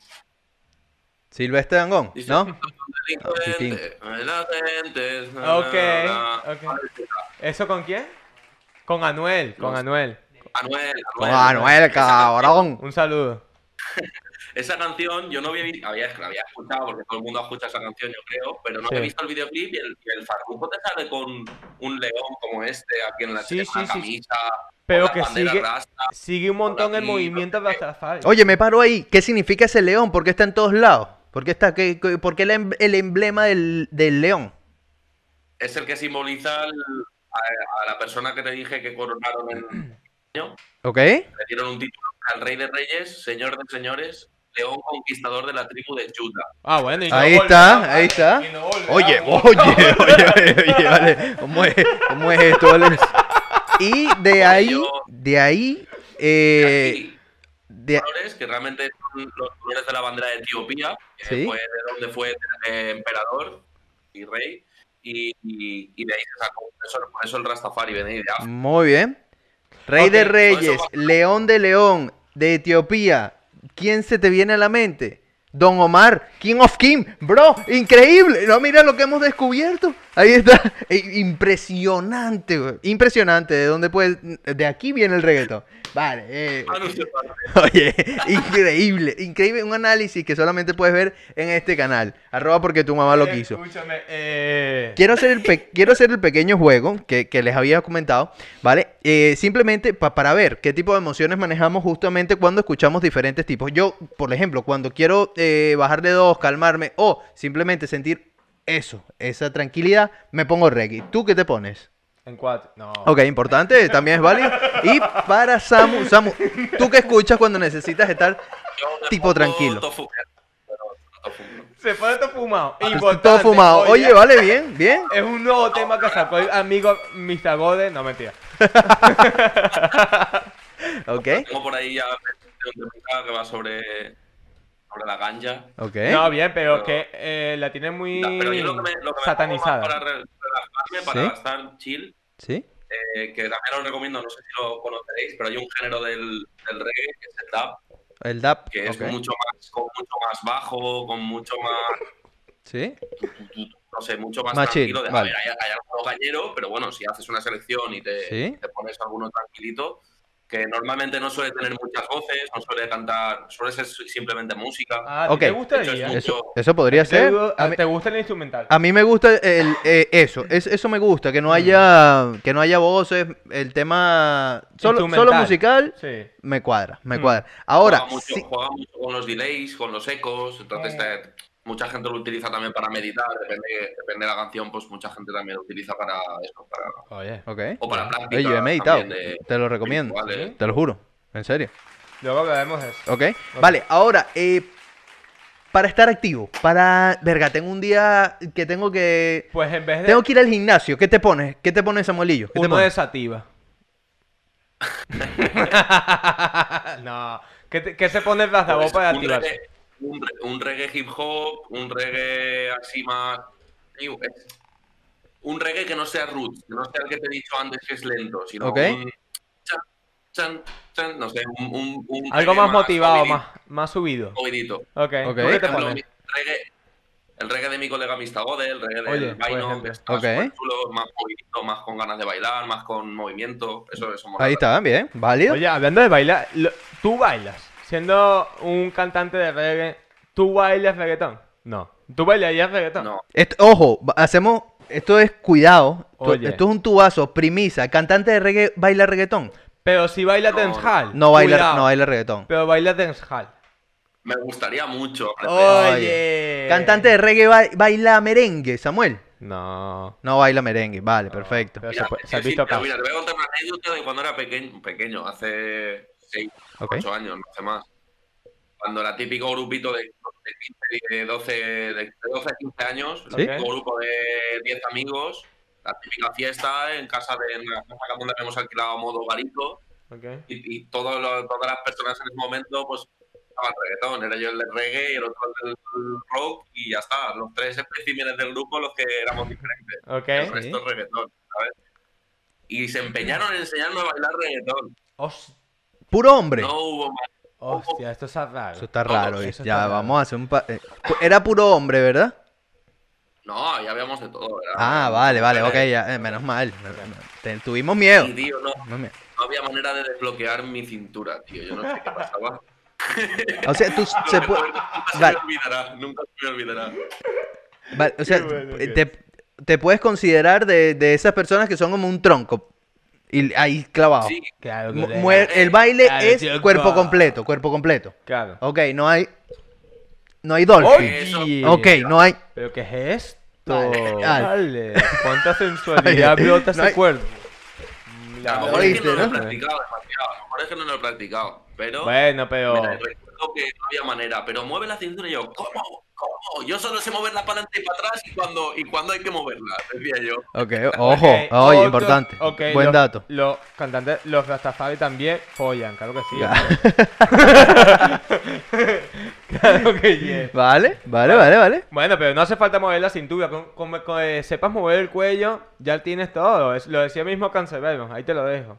Speaker 1: Silvestre Dangón, ¿no?
Speaker 3: Delincuente, delincuente, na, na,
Speaker 2: ok,
Speaker 3: na.
Speaker 2: ok. ¿Eso con quién? Con Anuel, con Anuel.
Speaker 3: Anuel,
Speaker 1: Con Anuel, cabrón.
Speaker 2: Un saludo.
Speaker 3: Esa canción yo no había visto, había, la había escuchado porque todo el mundo escucha esa canción, yo creo, pero no
Speaker 2: Sí.
Speaker 3: había visto el videoclip y el, y el Farruko te sale con un león como este aquí en la
Speaker 2: Sí,
Speaker 3: con
Speaker 2: sí,
Speaker 3: la
Speaker 2: sí, sí.
Speaker 3: camisa,
Speaker 2: Pero
Speaker 3: con
Speaker 2: que
Speaker 3: la bandera
Speaker 2: sigue-
Speaker 3: rasta.
Speaker 2: Sigue un montón el
Speaker 3: Hola,
Speaker 2: movimiento de
Speaker 3: tío.
Speaker 2: Rastafari.
Speaker 1: Oye, me paro ahí. ¿Qué significa ese león? ¿Por qué está en todos lados? ¿Por qué está? ¿Qué- qué- por qué el, em- el emblema del, del león?
Speaker 3: Es el que simboliza al- a, a la persona que te dije que coronaron en año.
Speaker 1: ¿Ok?
Speaker 3: Le dieron un título al Rey de Reyes, Señor de Señores, León Conquistador de la tribu de Juda.
Speaker 2: Ah, bueno, y no
Speaker 1: Ahí
Speaker 2: volverá,
Speaker 1: está,
Speaker 2: vale,
Speaker 1: ahí está.
Speaker 2: y no volverá,
Speaker 1: Oye,
Speaker 2: vale.
Speaker 1: oye, oye, oye, oye, vale. ¿Cómo es, cómo es esto,
Speaker 3: [LAUGHS]
Speaker 1: vale? Y de ahí, de ahí, eh,
Speaker 3: Y
Speaker 1: de-
Speaker 3: colores, que realmente son los colores de la bandera de Etiopía, que
Speaker 1: Sí.
Speaker 3: fue de donde fue eh, emperador y rey, y, y- y de ahí se sacó por eso, por eso el Rastafari, venía "Ah, de África.
Speaker 1: Muy bien. Rey de
Speaker 3: Ok, con eso
Speaker 1: Reyes,
Speaker 3: vamos.
Speaker 1: León de León, de Etiopía. ¿Quién se te viene a la mente? Don Omar, King of King, bro, increíble. No, mira lo que hemos descubierto. Ahí está. [LAUGHS] I- Impresionante, güey. Impresionante. ¿De dónde puede? De aquí viene el reggaetón. Vale. eh,
Speaker 3: [LAUGHS] Manu se parte.
Speaker 1: [LAUGHS] Oye, increíble, increíble. Un análisis que solamente puedes ver en este canal. Arroba porque tu mamá lo
Speaker 2: Eh,
Speaker 1: quiso.
Speaker 2: Escúchame, eh...
Speaker 1: Quiero hacer el, pe- quiero hacer el pequeño juego que, que les había comentado, ¿vale? Eh, simplemente pa- para ver qué tipo de emociones manejamos justamente cuando escuchamos diferentes tipos. Yo, por ejemplo, cuando quiero eh, bajarle dos, calmarme o simplemente sentir eso, esa tranquilidad, me pongo reggae. ¿Tú qué te pones?
Speaker 2: En cuatro. No.
Speaker 1: Ok, importante, también es válido. Y para Samu, Samu, ¿tú qué escuchas cuando necesitas estar
Speaker 3: Yo me
Speaker 1: Tipo
Speaker 3: pongo
Speaker 1: tranquilo.
Speaker 3: tofu, pero tofu no.
Speaker 2: Se pone todo fumado.
Speaker 1: Ah, todo [LAUGHS]
Speaker 2: Importante,
Speaker 1: fumado? Oye, vale, bien, bien.
Speaker 2: Es un nuevo tema que sacó el amigo Mr. Gode. No, mentira.
Speaker 1: Ok,
Speaker 3: Tengo por ahí ya un tema que va sobre, sobre la ganja.
Speaker 1: ok.
Speaker 2: No, bien, pero
Speaker 3: ¿Eh? Pero-
Speaker 2: que eh, la tiene muy
Speaker 3: Ya, Pero yo lo que me, lo que me pongo más
Speaker 2: satanizada.
Speaker 3: para re- relajarme, para
Speaker 1: ¿Sí?
Speaker 3: estar chill,
Speaker 1: ¿Sí?
Speaker 3: eh, que también lo recomiendo, no sé si lo conoceréis, pero hay un género del, del reggae que es el dub,
Speaker 1: El DAP.
Speaker 3: que es
Speaker 1: ok.
Speaker 3: mucho más, con mucho más bajo, con mucho más,
Speaker 1: ¿Sí?
Speaker 3: no sé, mucho más,
Speaker 1: Más chill,
Speaker 3: tranquilo. De- a
Speaker 1: vale.
Speaker 3: ver, hay, hay algo gallero, pero bueno, si haces una selección y te,
Speaker 1: ¿Sí?
Speaker 3: te pones alguno tranquilito, que normalmente no suele tener muchas voces, no suele cantar, suele ser simplemente música.
Speaker 2: Ah, ¿a ti
Speaker 1: Ok.
Speaker 2: ¿te gustaría?
Speaker 3: Eso es
Speaker 1: Eso,
Speaker 3: Yo-
Speaker 1: eso podría
Speaker 2: ¿Te,
Speaker 1: ser. A mí,
Speaker 2: ¿Te gusta el instrumental?
Speaker 1: a mí me gusta el, eh, eso, es- eso me gusta, que no haya
Speaker 2: Mm.
Speaker 1: que no haya voces, el tema solo, solo
Speaker 2: Instrumental.
Speaker 1: musical
Speaker 2: Sí.
Speaker 1: me cuadra, me
Speaker 2: Mm.
Speaker 1: cuadra. Ahora,
Speaker 3: juega, mucho,
Speaker 1: sí-
Speaker 3: juega mucho con los delays, con los ecos, entonces
Speaker 2: Eh.
Speaker 3: te- mucha gente lo utiliza también para meditar, depende, depende de la canción, pues mucha gente también lo utiliza para eso, para,
Speaker 2: Oye.
Speaker 1: ok.
Speaker 3: o para práctica.
Speaker 1: Oye, yo he meditado,
Speaker 3: también de-
Speaker 1: te lo recomiendo,
Speaker 3: rituales.
Speaker 1: te lo juro, en serio.
Speaker 2: Luego hablaremos de eso.
Speaker 1: Ok, vale, ahora, eh, para estar activo, para, verga, tengo un día que tengo que,
Speaker 2: Pues en vez de
Speaker 1: tengo que ir al gimnasio, ¿qué te pones? ¿Qué te pones, Samuelillo? ¿Qué te
Speaker 2: uno
Speaker 1: pones?
Speaker 2: de sativa. [LAUGHS] no. ¿Qué, te- qué se pone en la
Speaker 3: Pues,
Speaker 2: voz para
Speaker 3: un,
Speaker 2: activarse?
Speaker 3: reggae, un re- un reggae hip hop, un reggae así más... sí, es- Un reggae que no sea roots, que no sea el que te he dicho antes que es lento, sino
Speaker 1: Ok.
Speaker 3: un chan, chan, chan, no sé, un, un- un
Speaker 2: Algo
Speaker 3: reggae
Speaker 2: más motivado,
Speaker 3: movidito,
Speaker 2: más, más subido.
Speaker 3: movidito.
Speaker 2: Ok.
Speaker 1: Ok.
Speaker 2: ¿Tú qué te
Speaker 3: ejemplo,
Speaker 2: pones?
Speaker 3: mi reggae- el reggae de mi colega Mistagode, el reggae
Speaker 2: Oye,
Speaker 3: del
Speaker 2: por
Speaker 3: Vaino,
Speaker 2: ejemplo.
Speaker 3: que está
Speaker 1: Ok.
Speaker 3: súper chulo, más movidito, más con ganas de bailar, más con movimiento, eso, eso mola.
Speaker 1: Ahí está, Ah, bien, válido.
Speaker 2: Oye, hablando de bailar, lo- tú bailas. Siendo un cantante de reggae, ¿tú bailas reggaetón? No. ¿Tú bailarías reggaetón?
Speaker 3: No,
Speaker 1: Esto- ojo, ba- hacemos. Esto es cuidado. tu-
Speaker 2: Oye.
Speaker 1: Esto es un tubazo, premisa. Cantante de reggae baila reggaetón.
Speaker 2: Pero si baila
Speaker 3: No,
Speaker 2: dancehall.
Speaker 1: No baila,
Speaker 2: cuidado.
Speaker 1: no baila reggaetón.
Speaker 2: Pero baila dancehall.
Speaker 3: me gustaría mucho.
Speaker 2: Oh,
Speaker 1: Oye.
Speaker 2: Oye.
Speaker 1: Cantante de reggae ba- baila merengue, Samuel.
Speaker 2: No.
Speaker 1: No baila merengue, vale, perfecto.
Speaker 2: pero-
Speaker 3: Mira,
Speaker 2: se puede- se
Speaker 3: sí,
Speaker 2: ha visto
Speaker 3: sí, pero
Speaker 2: casos.
Speaker 3: mira, te voy a contar una anécdota de cuando era pequeño, pequeño hace 6,
Speaker 1: Ok.
Speaker 3: 8 años, no hace más. Cuando era típico grupito de, de 15, de 12, de 12 a 15 años,
Speaker 1: ¿Sí?
Speaker 3: el típico grupo de 10 amigos, la típica fiesta en casa de en la casa donde habíamos alquilado modo garito.
Speaker 2: Ok.
Speaker 3: y, y todos los- todas las personas en ese momento pues estaban reggaetón, era yo el del reggae y el otro el del rock y ya está, los tres especímenes del grupo los que éramos diferentes,
Speaker 2: Ok.
Speaker 3: el resto es reggaetón, ¿sabes? Y se empeñaron en enseñarme a bailar reggaetón,
Speaker 2: Hos-
Speaker 1: Puro hombre.
Speaker 3: no hubo más.
Speaker 2: Hostia, esto está raro.
Speaker 1: Eso está
Speaker 3: No,
Speaker 1: raro.
Speaker 2: eso
Speaker 1: eh.
Speaker 2: está
Speaker 1: ya,
Speaker 2: raro.
Speaker 1: vamos a hacer un. pa- eh, pu- Era puro hombre, ¿verdad?
Speaker 3: No, ya habíamos de todo. era-
Speaker 1: Ah, vale, vale, ok, ya. eh, menos mal. Te- tuvimos miedo.
Speaker 3: Y tío, no,
Speaker 1: Tuvimos miedo.
Speaker 3: no había manera de desbloquear mi cintura, tío. Yo no sé qué pasaba.
Speaker 1: O sea, tú [LAUGHS] se puede.
Speaker 3: Nunca se
Speaker 1: Vale.
Speaker 3: me olvidará, nunca se me olvidará.
Speaker 1: Vale, o sea,
Speaker 2: bueno
Speaker 1: eh,
Speaker 2: que
Speaker 1: te, te puedes considerar de, de esas personas que son como un tronco. Y ahí clavado.
Speaker 3: Sí,
Speaker 2: Claro,
Speaker 1: Mu-
Speaker 2: colega.
Speaker 1: muer- el baile [LAUGHS]
Speaker 2: Claro,
Speaker 1: es
Speaker 2: tío,
Speaker 1: cuerpo
Speaker 2: claro.
Speaker 1: completo, cuerpo completo.
Speaker 2: Claro.
Speaker 1: Ok, no hay. No hay Dolphy.
Speaker 2: Oye.
Speaker 3: eso-
Speaker 1: Ok, no hay.
Speaker 2: ¿Pero qué es esto?
Speaker 1: Vale, vale.
Speaker 2: Vale.
Speaker 1: [LAUGHS]
Speaker 2: ¿Cuánta sensualidad
Speaker 1: Vale.
Speaker 2: brota ese
Speaker 1: No hay-
Speaker 2: cuerpo?
Speaker 3: A
Speaker 2: La
Speaker 3: lo mejor es que
Speaker 1: oíste,
Speaker 3: no lo he
Speaker 1: ¿no?
Speaker 3: practicado demasiado, a lo mejor es que no lo he practicado, pero...
Speaker 2: Bueno, pero.
Speaker 3: Mira, recuerdo que no había manera, pero mueve la cintura y yo, ¿cómo? ¿Cómo? Yo solo sé moverla para adelante y para atrás y cuando, y cuando hay que moverla, decía yo.
Speaker 1: Ok, ojo,
Speaker 2: Ok,
Speaker 1: oye,
Speaker 2: otro-
Speaker 1: importante.
Speaker 2: ok,
Speaker 1: Buen
Speaker 2: los-
Speaker 1: dato.
Speaker 2: Los cantantes, los Rastafari también follan, claro que sí.
Speaker 1: Ya. [LAUGHS]
Speaker 2: claro que sí.
Speaker 1: Vale, vale, vale, vale.
Speaker 2: Bueno, pero no hace falta mover la cintura. Con, con- con- eh, sepas mover el cuello, ya tienes todo. Es- lo decía mismo Cancerbero, ahí te lo dejo.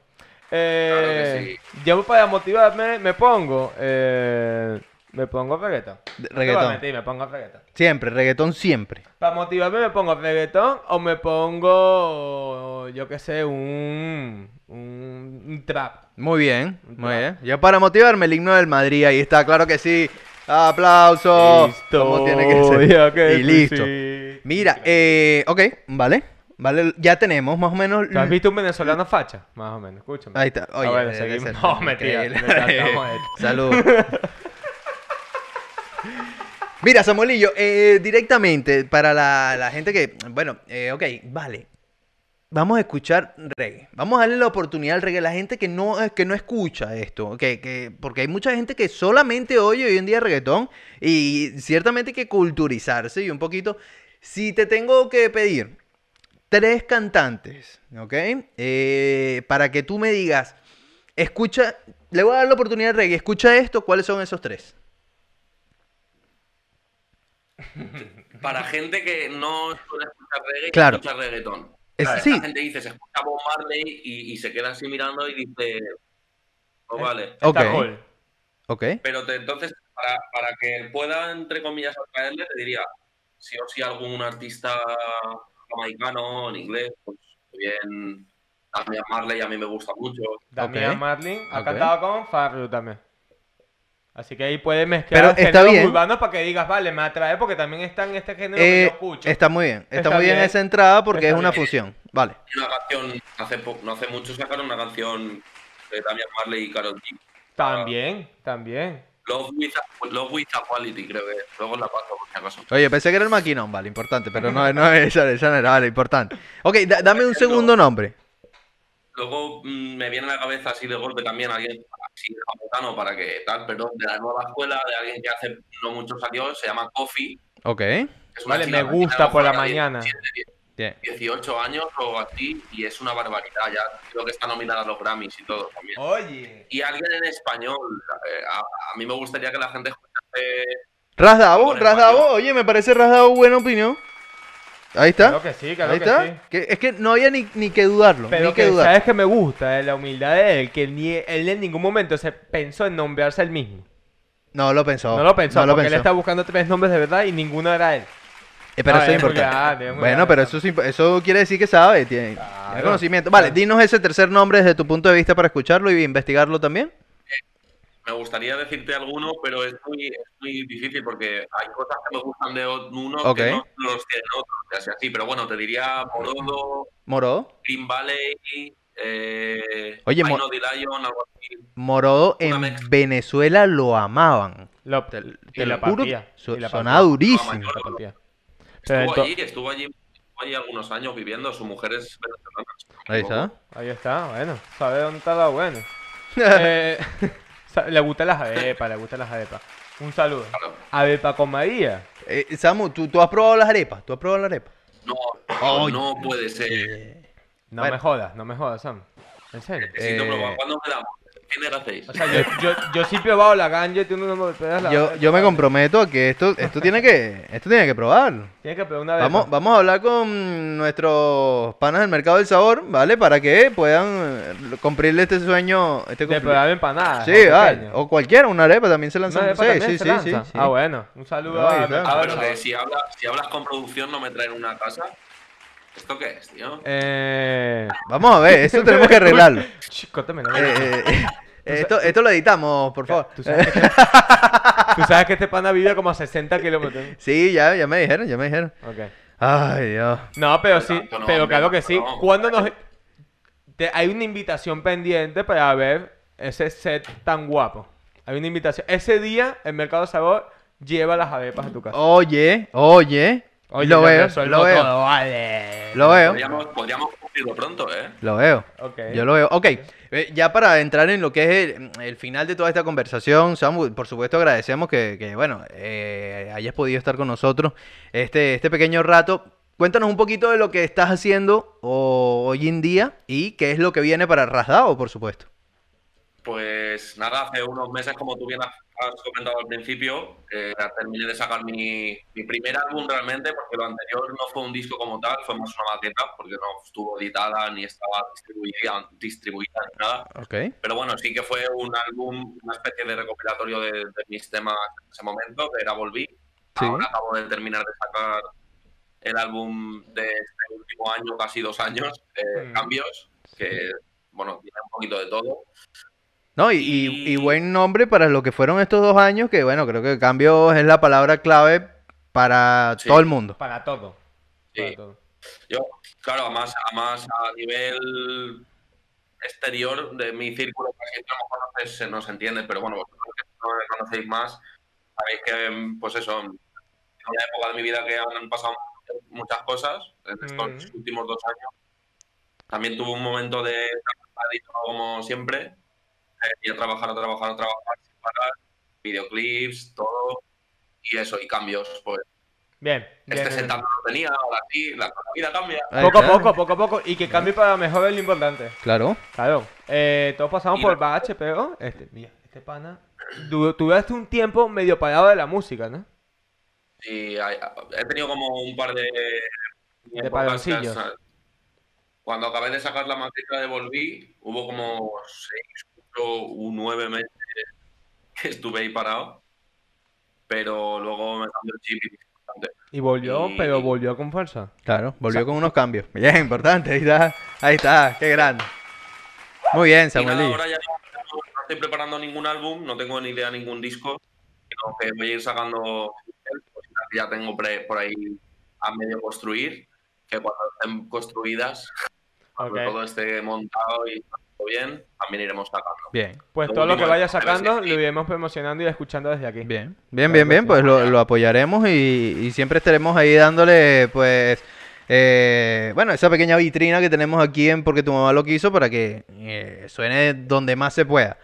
Speaker 2: Eh, Yo para motivarme me pongo. eh, me pongo reggaetón. No te voy a
Speaker 1: reggaetón.
Speaker 2: mentir, me pongo reggaetón.
Speaker 1: Siempre, reggaetón siempre.
Speaker 2: Para motivarme me pongo reggaetón o me pongo, yo qué sé, un, un, un trap.
Speaker 1: Muy bien, muy bien. Ya para motivarme, el himno del Madrid, ahí está, claro que sí. Aplauso. Como Oh, tiene que ser.
Speaker 2: [LAUGHS] ya que
Speaker 1: y listo.
Speaker 2: pusiste.
Speaker 1: Mira, eh, ok, vale. Vale, ya tenemos más o menos.
Speaker 2: ¿Tú has visto un venezolano facha? Más o menos, escúchame.
Speaker 1: Ahí está. Oye,
Speaker 2: Ah, bueno,
Speaker 1: debe
Speaker 2: seguimos.
Speaker 1: ser
Speaker 2: No,
Speaker 1: [LAUGHS]
Speaker 2: mentira,
Speaker 1: increíble.
Speaker 2: me saltamos esto.
Speaker 1: Salud. [LAUGHS] Mira, Samuelillo, eh, directamente para la, la gente que. Bueno, eh, ok, vale. Vamos a escuchar reggae. Vamos a darle la oportunidad al reggae. La gente que no, eh, que no escucha esto. Que, que, porque hay mucha gente que solamente oye hoy en día reggaetón. Y ciertamente hay que culturizarse y un poquito. Si te tengo que pedir tres cantantes, ¿ok? Eh, para que tú me digas, escucha, le voy a dar la oportunidad al reggae, escucha esto, ¿cuáles son esos tres?
Speaker 3: Para gente que no suele escuchar reggae,
Speaker 1: Claro.
Speaker 3: escucha reggaetón.
Speaker 1: Es-
Speaker 3: Claro,
Speaker 1: sí.
Speaker 3: La gente dice, se escucha Bob Marley y, y se queda así mirando y dice, no
Speaker 1: Eh.
Speaker 3: vale.
Speaker 2: Está
Speaker 1: Ok.
Speaker 2: cool.
Speaker 1: ¿Ok?
Speaker 3: Pero te- entonces, para, para que pueda, entre comillas, atraerle, te diría, si o si algún artista jamaicano, en inglés, pues bien, Damian Marley a mí me gusta mucho.
Speaker 2: Damián
Speaker 1: Ok.
Speaker 2: Marlin ha
Speaker 1: Ok.
Speaker 2: cantado con Farru también. Así que ahí puedes mezclar
Speaker 1: Pero está
Speaker 2: géneros
Speaker 1: bien.
Speaker 2: urbanos para que digas, vale, me atrae porque también están este género que
Speaker 1: Eh,
Speaker 2: yo escucho.
Speaker 1: está muy bien, está,
Speaker 2: Está
Speaker 1: muy bien,
Speaker 2: bien.
Speaker 1: esa entrada porque
Speaker 2: Está
Speaker 1: es una
Speaker 2: bien.
Speaker 1: fusión. Vale,
Speaker 3: Hay Una canción, hace po- no hace mucho sacaron una canción de Damian Marley y Karol G.
Speaker 2: También, también.
Speaker 3: Love with, a, Love with a Quality, creo que. es. Luego la paso, por si acaso.
Speaker 1: oye, pensé que era el maquinón, vale, importante, pero no, no esa, esa no era, vale, importante. Ok, da- dame un segundo nombre.
Speaker 3: Luego mm, me viene a la cabeza así de golpe también alguien así de jamaicano para que tal, perdón, de la nueva escuela, de alguien que hace no mucho salió, se llama Coffee.
Speaker 1: Ok,
Speaker 3: Es una
Speaker 2: Vale,
Speaker 3: chica
Speaker 2: me
Speaker 3: que tiene
Speaker 2: gusta
Speaker 3: a lo
Speaker 2: por la
Speaker 3: mejor ya
Speaker 2: mañana.
Speaker 3: 17,
Speaker 1: bien.
Speaker 3: 18 años o así, y es una barbaridad. Ya creo que está nominada a los Grammys y todo también.
Speaker 2: Oye.
Speaker 3: Y alguien en español. eh, a, a mí me gustaría que la gente escuchase.
Speaker 1: Rasdavo,
Speaker 3: Bueno,
Speaker 1: Rasdavo,
Speaker 3: bueno.
Speaker 1: oye, me parece Rasdavo buena opinión. Ahí está.
Speaker 2: Claro que sí, claro
Speaker 1: Ahí
Speaker 2: que
Speaker 1: está.
Speaker 2: sí.
Speaker 1: Que- es que no había ni, ni que dudarlo.
Speaker 2: Pero
Speaker 1: ni que,
Speaker 2: que
Speaker 1: dudarlo.
Speaker 2: sabes que me gusta eh, la humildad de él, que ni, él en ningún momento se pensó en nombrarse él mismo.
Speaker 1: No lo pensó.
Speaker 2: No lo pensó,
Speaker 1: no lo
Speaker 2: porque él
Speaker 1: pensó.
Speaker 2: estaba buscando tres nombres de verdad y ninguno era él.
Speaker 1: Eh, pero
Speaker 2: Ah,
Speaker 1: eso es
Speaker 2: es muy
Speaker 1: importante.
Speaker 2: grande, es muy
Speaker 1: bueno,
Speaker 2: grande
Speaker 1: pero eso,
Speaker 2: también.
Speaker 1: es impo- eso quiere decir que sabe, tiene, tiene
Speaker 2: Claro.
Speaker 1: conocimiento. Vale,
Speaker 2: Claro.
Speaker 1: dinos ese tercer nombre desde tu punto de vista para escucharlo y investigarlo también.
Speaker 3: Me gustaría decirte alguno, pero es muy, es muy difícil porque hay cosas que me gustan de uno
Speaker 1: Ok.
Speaker 3: que no los tienen otros, y así, así. Pero bueno, te diría Morodo,
Speaker 1: Morodo.
Speaker 3: Green Valley, eh,
Speaker 1: Oye,
Speaker 3: I
Speaker 1: Mo- Eh,
Speaker 3: Know the Lion, algo así.
Speaker 1: Morodo
Speaker 3: Una
Speaker 1: en
Speaker 3: mezcla.
Speaker 1: Venezuela lo amaban.
Speaker 2: Lo, te,
Speaker 1: Te
Speaker 2: lo
Speaker 1: lo juro,
Speaker 2: partía,
Speaker 1: su-
Speaker 2: y la
Speaker 1: sonaba
Speaker 2: partía,
Speaker 1: durísimo.
Speaker 3: No,
Speaker 2: la partía. Pero
Speaker 3: Estuvo
Speaker 2: ento-
Speaker 3: allí, estuvo allí, estuvo allí algunos años viviendo, su mujer es venezolana.
Speaker 1: Ahí está.
Speaker 2: Ahí está, bueno, sabe dónde está la
Speaker 1: [LAUGHS]
Speaker 2: buena. Eh, [LAUGHS] sa- le gusta las arepas, le gusta las arepas. Un saludo.
Speaker 3: Claro.
Speaker 2: Arepa con María.
Speaker 1: Eh, Samu, ¿tú, tú has probado las arepas. Tú has probado la arepa.
Speaker 3: No,
Speaker 1: Ay. Eh,
Speaker 3: no puede ser.
Speaker 2: No
Speaker 1: Bueno.
Speaker 2: me jodas, no me jodas, Sam. En serio.
Speaker 3: Necesito
Speaker 1: Eh.
Speaker 3: probar. ¿Cuándo me damos? ¿Qué me hacéis?
Speaker 2: O sea, yo, yo, yo sí he probado la ganja y tú no me pegas la
Speaker 1: Yo, yo me comprometo a que esto, esto tiene que, esto tiene que probarlo.
Speaker 2: Tienes que pegar una arepa.
Speaker 1: Vamos, vamos a hablar con nuestros panas del mercado del sabor, ¿vale? Para que puedan eh, cumplirle este sueño. Este
Speaker 2: De
Speaker 1: cumpli-
Speaker 2: probar empanadas.
Speaker 1: Sí,
Speaker 2: ¿no?
Speaker 1: vale.
Speaker 2: Pequeño.
Speaker 1: O cualquiera, una arepa también se lanza.
Speaker 2: Una arepa
Speaker 1: sí,
Speaker 2: también
Speaker 1: sí,
Speaker 2: se
Speaker 1: sí, sí,
Speaker 2: lanza.
Speaker 1: sí.
Speaker 2: Ah, bueno. Un saludo
Speaker 1: Ahí está.
Speaker 2: a- a
Speaker 3: Ah,
Speaker 2: Mercado
Speaker 3: porque
Speaker 2: del Sabor.
Speaker 3: si, hablas, si hablas con producción, no me traen una casa. ¿Esto qué es, tío?
Speaker 2: Eh...
Speaker 1: Vamos a ver, eso tenemos que
Speaker 2: [LAUGHS]
Speaker 1: arreglarlo. Eh,
Speaker 2: Ch, córtame la boca.
Speaker 1: eh, eh, esto, esto lo editamos, por favor.
Speaker 2: ¿Tú sabes, que este, tú sabes que este pana vive como a 60 kilómetros.
Speaker 1: Sí, ya, ya me dijeron, ya me dijeron.
Speaker 2: Ok.
Speaker 1: Ay, Dios.
Speaker 2: No, pero sí,
Speaker 3: Exacto, no,
Speaker 2: pero
Speaker 3: hombre,
Speaker 2: claro que sí.
Speaker 3: no.
Speaker 2: Cuando nos... te- hay una invitación pendiente para ver ese set tan guapo. Hay una invitación. Ese día, el Mercado Sabor lleva las arepas a tu
Speaker 1: Oh,
Speaker 2: casa.
Speaker 1: Oye, oye.
Speaker 2: Oye,
Speaker 1: lo
Speaker 2: yo
Speaker 1: veo,
Speaker 2: resuelvo
Speaker 1: lo veo.
Speaker 2: todo, vale.
Speaker 1: Lo veo.
Speaker 3: Podríamos, podríamos cumplirlo pronto, ¿eh?
Speaker 1: Lo veo.
Speaker 2: Ok.
Speaker 1: Yo lo veo. Ok, eh, ya para entrar en lo que es el, el final de toda esta conversación, Samu, por supuesto agradecemos que, que, bueno, eh, hayas podido estar con nosotros este, este pequeño rato. Cuéntanos un poquito de lo que estás haciendo ho- hoy en día y qué es lo que viene para Rasdao, por supuesto.
Speaker 3: Pues nada, hace unos meses, como tú bien has has comentado al principio, eh, terminé de sacar mi, mi primer álbum realmente, porque lo anterior no fue un disco como tal, fue más una maqueta, porque no estuvo editada ni estaba distribuida, distribuida ni nada.
Speaker 1: Ok.
Speaker 3: Pero bueno, sí que fue un álbum, una especie de recopilatorio de, de mis temas en ese momento, que era Volví. Ahora acabo de terminar de sacar el álbum de este último año, casi dos años, eh,
Speaker 2: Mm.
Speaker 3: Cambios, que bueno, tiene un poquito de todo.
Speaker 1: No, y, y- y
Speaker 3: Y-
Speaker 1: buen nombre para lo que fueron estos dos años, que bueno, creo que cambio es la palabra clave para
Speaker 3: Sí.
Speaker 1: todo el mundo.
Speaker 2: Para todo. Para
Speaker 3: Sí.
Speaker 2: todo.
Speaker 3: Yo, claro, a más, a más a nivel exterior de mi círculo, casi a lo mejor no se, no se entiende, pero bueno, vosotros que no me conocéis más, sabéis que, mm, pues eso, en una época de mi vida que han pasado muchas cosas en estos
Speaker 2: Mm.
Speaker 3: últimos dos años. También tuve un momento de estar adicto, como siempre, eh, y a trabajar, a trabajar, a trabajar, sin parar, videoclips, todo, y eso, y cambios, pues
Speaker 2: Bien. bien,
Speaker 3: este
Speaker 2: bien, bien.
Speaker 3: sentado no lo tenía, ahora sí, la, la vida cambia.
Speaker 1: Ahí
Speaker 2: Poco a
Speaker 1: está.
Speaker 2: poco, poco a poco. Y que cambie para mejor es lo importante.
Speaker 1: Claro.
Speaker 2: Claro. Eh, todos pasamos
Speaker 3: Y
Speaker 2: por
Speaker 3: la-
Speaker 2: bache, pero. Este, mira, este pana. Du- Tuviste un tiempo medio parado de la música, ¿no?
Speaker 3: Sí, hay- he tenido como un par de,
Speaker 2: De
Speaker 3: épocas
Speaker 2: paroncillos.
Speaker 3: que, o sea, Cuando acabé de sacar la maqueta de Volví, hubo como seis, ocho, u nueve meses que estuve ahí parado. Pero luego me cambió el chip y dije, "Bastante".
Speaker 2: Y volvió,
Speaker 3: Y-
Speaker 2: pero volvió con fuerza.
Speaker 1: Claro, volvió con unos cambios. Bien, importante, ahí está, ahí está, qué grande. Muy bien,
Speaker 3: Y nada,
Speaker 1: Samuelillo.
Speaker 3: ahora ya no, no estoy preparando ningún álbum, no tengo ni idea de ningún disco, sino que voy a ir sacando cositas que ya tengo pre- por ahí a medio construir, que cuando estén construidas,
Speaker 2: Ok.
Speaker 3: cuando todo esté montado y todo bien, también iremos sacando.
Speaker 1: Bien,
Speaker 2: Pues
Speaker 3: Lo
Speaker 2: todo lo que
Speaker 3: último,
Speaker 2: vaya
Speaker 3: a ver si-
Speaker 2: sacando lo iremos promocionando y escuchando desde aquí.
Speaker 1: bien, bien, bien, bien, pues lo, lo apoyaremos y, y siempre estaremos ahí dándole, pues, eh, bueno, esa pequeña vitrina que tenemos aquí en Porque tu mamá lo quiso para que eh, suene donde más se pueda.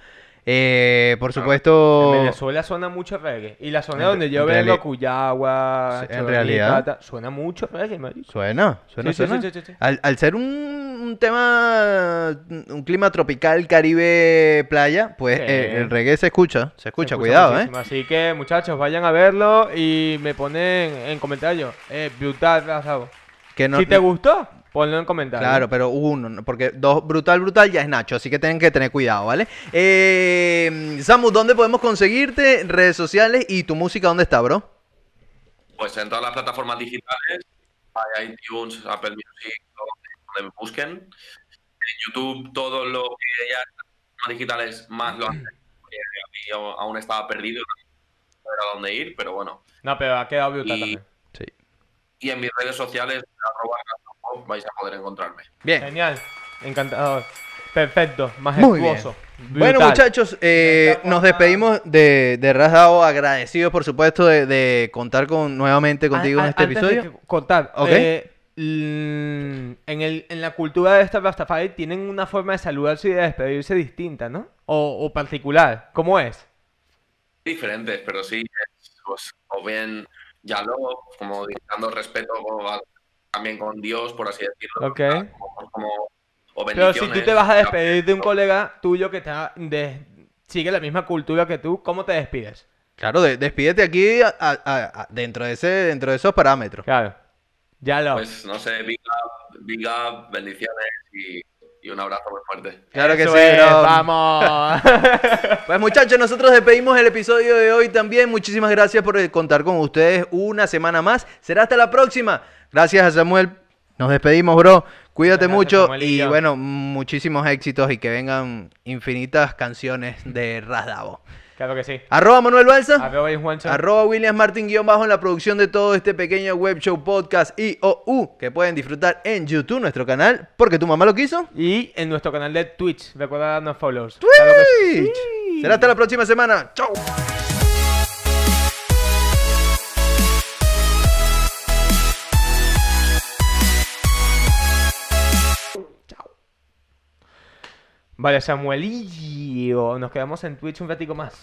Speaker 1: Eh, por
Speaker 2: En
Speaker 1: supuesto...
Speaker 2: Venezuela suena mucho reggae. Y la zona
Speaker 1: En
Speaker 2: donde
Speaker 1: re-
Speaker 2: yo
Speaker 1: en
Speaker 2: vengo,
Speaker 1: reali-
Speaker 2: Cuyagua,
Speaker 1: Sí, en
Speaker 2: Choroní,
Speaker 1: realidad.
Speaker 2: Tata, suena mucho reggae, marico.
Speaker 1: Suena, suena,
Speaker 2: Sí, sí,
Speaker 1: suena.
Speaker 2: sí, sí, sí.
Speaker 1: Al, al ser un, un tema, un clima tropical, Caribe, playa, pues
Speaker 2: Sí.
Speaker 1: eh, el reggae se escucha, se
Speaker 2: Se
Speaker 1: escucha, cuidado, ¿eh?
Speaker 2: muchísimo. Así que, muchachos, vayan a verlo y me ponen en comentarios. Eh, brutal, Rasabo.
Speaker 1: ¿eh? Que no-
Speaker 2: si te gustó, ponlo en comentarios.
Speaker 1: Claro, pero uno, no, porque dos, brutal, brutal ya es Nacho, así que tienen que tener cuidado, ¿vale? Eh, Samu, ¿dónde podemos conseguirte? Redes sociales y tu música, ¿dónde está, bro?
Speaker 3: Pues en todas las plataformas digitales, hay iTunes, Apple Music, todo donde me busquen. En YouTube, todo lo que ya las plataformas digitales más lo hacen. porque a mí aún estaba perdido, no era dónde ir, pero bueno.
Speaker 2: No, pero ha quedado brutal
Speaker 3: Y-
Speaker 2: también.
Speaker 1: Sí.
Speaker 3: y en mis redes sociales, arroba gastropop, vais a poder encontrarme.
Speaker 1: Bien.
Speaker 2: Genial. Encantador. Perfecto.
Speaker 1: Muy bien.
Speaker 2: Majestuoso.
Speaker 1: Bueno,
Speaker 2: brutal.
Speaker 1: muchachos, eh,
Speaker 2: Esta
Speaker 1: nos
Speaker 2: forma-
Speaker 1: despedimos de, de Rasdao, agradecidos, por supuesto, de, de contar con nuevamente contigo
Speaker 2: An-
Speaker 1: en
Speaker 2: an-
Speaker 1: este
Speaker 2: Ah, antes de
Speaker 1: episodio.
Speaker 2: que- contar.
Speaker 1: Ok.
Speaker 2: eh, l- en, el, en la cultura de esta Rastafari tienen una forma de saludarse y de despedirse distinta, ¿no? O, o particular. ¿Cómo es?
Speaker 3: Diferentes, pero sí, es, pues, o bien diálogo, como dando respeto o a- también con Dios, por así decirlo.
Speaker 2: Ok.
Speaker 3: Como, como- o
Speaker 2: Pero si tú
Speaker 3: bendiciones,
Speaker 2: te vas a
Speaker 3: ya,
Speaker 2: despedir de un colega tuyo que está de- sigue la misma cultura que tú, ¿cómo te despides?
Speaker 1: Claro, de- despídete aquí a- a- a- a- dentro, de ese, dentro de esos parámetros.
Speaker 2: Claro. Ya lo.
Speaker 3: Pues no sé, big up, big up, bendiciones y, y un abrazo muy fuerte.
Speaker 1: Claro que
Speaker 2: Eso
Speaker 1: sí,
Speaker 2: es,
Speaker 1: bro.
Speaker 2: Vamos.
Speaker 1: Pues muchachos, nosotros despedimos el episodio de hoy también. Muchísimas gracias por eh, contar con ustedes una semana más. Será hasta la próxima. Gracias a Samuel. Nos despedimos, bro. Cuídate
Speaker 2: Muchas gracias,
Speaker 1: mucho y
Speaker 2: Samuelillo.
Speaker 1: bueno, muchísimos éxitos y que vengan infinitas canciones de Rasdavo.
Speaker 2: claro que sí.
Speaker 1: Arroba Manuel Balsa.
Speaker 2: Arroba ahí, Juancho.
Speaker 1: Arroba William Martin guión bajo en la producción de todo este pequeño web show podcast IOU que pueden disfrutar en YouTube, nuestro canal, porque tu mamá lo quiso.
Speaker 2: Y en nuestro canal de Twitch. Recuerda darnos follows.
Speaker 1: Twitch. Será hasta la próxima semana. Chau.
Speaker 2: Vale, Samuelillo, nos quedamos en Twitch un ratico más.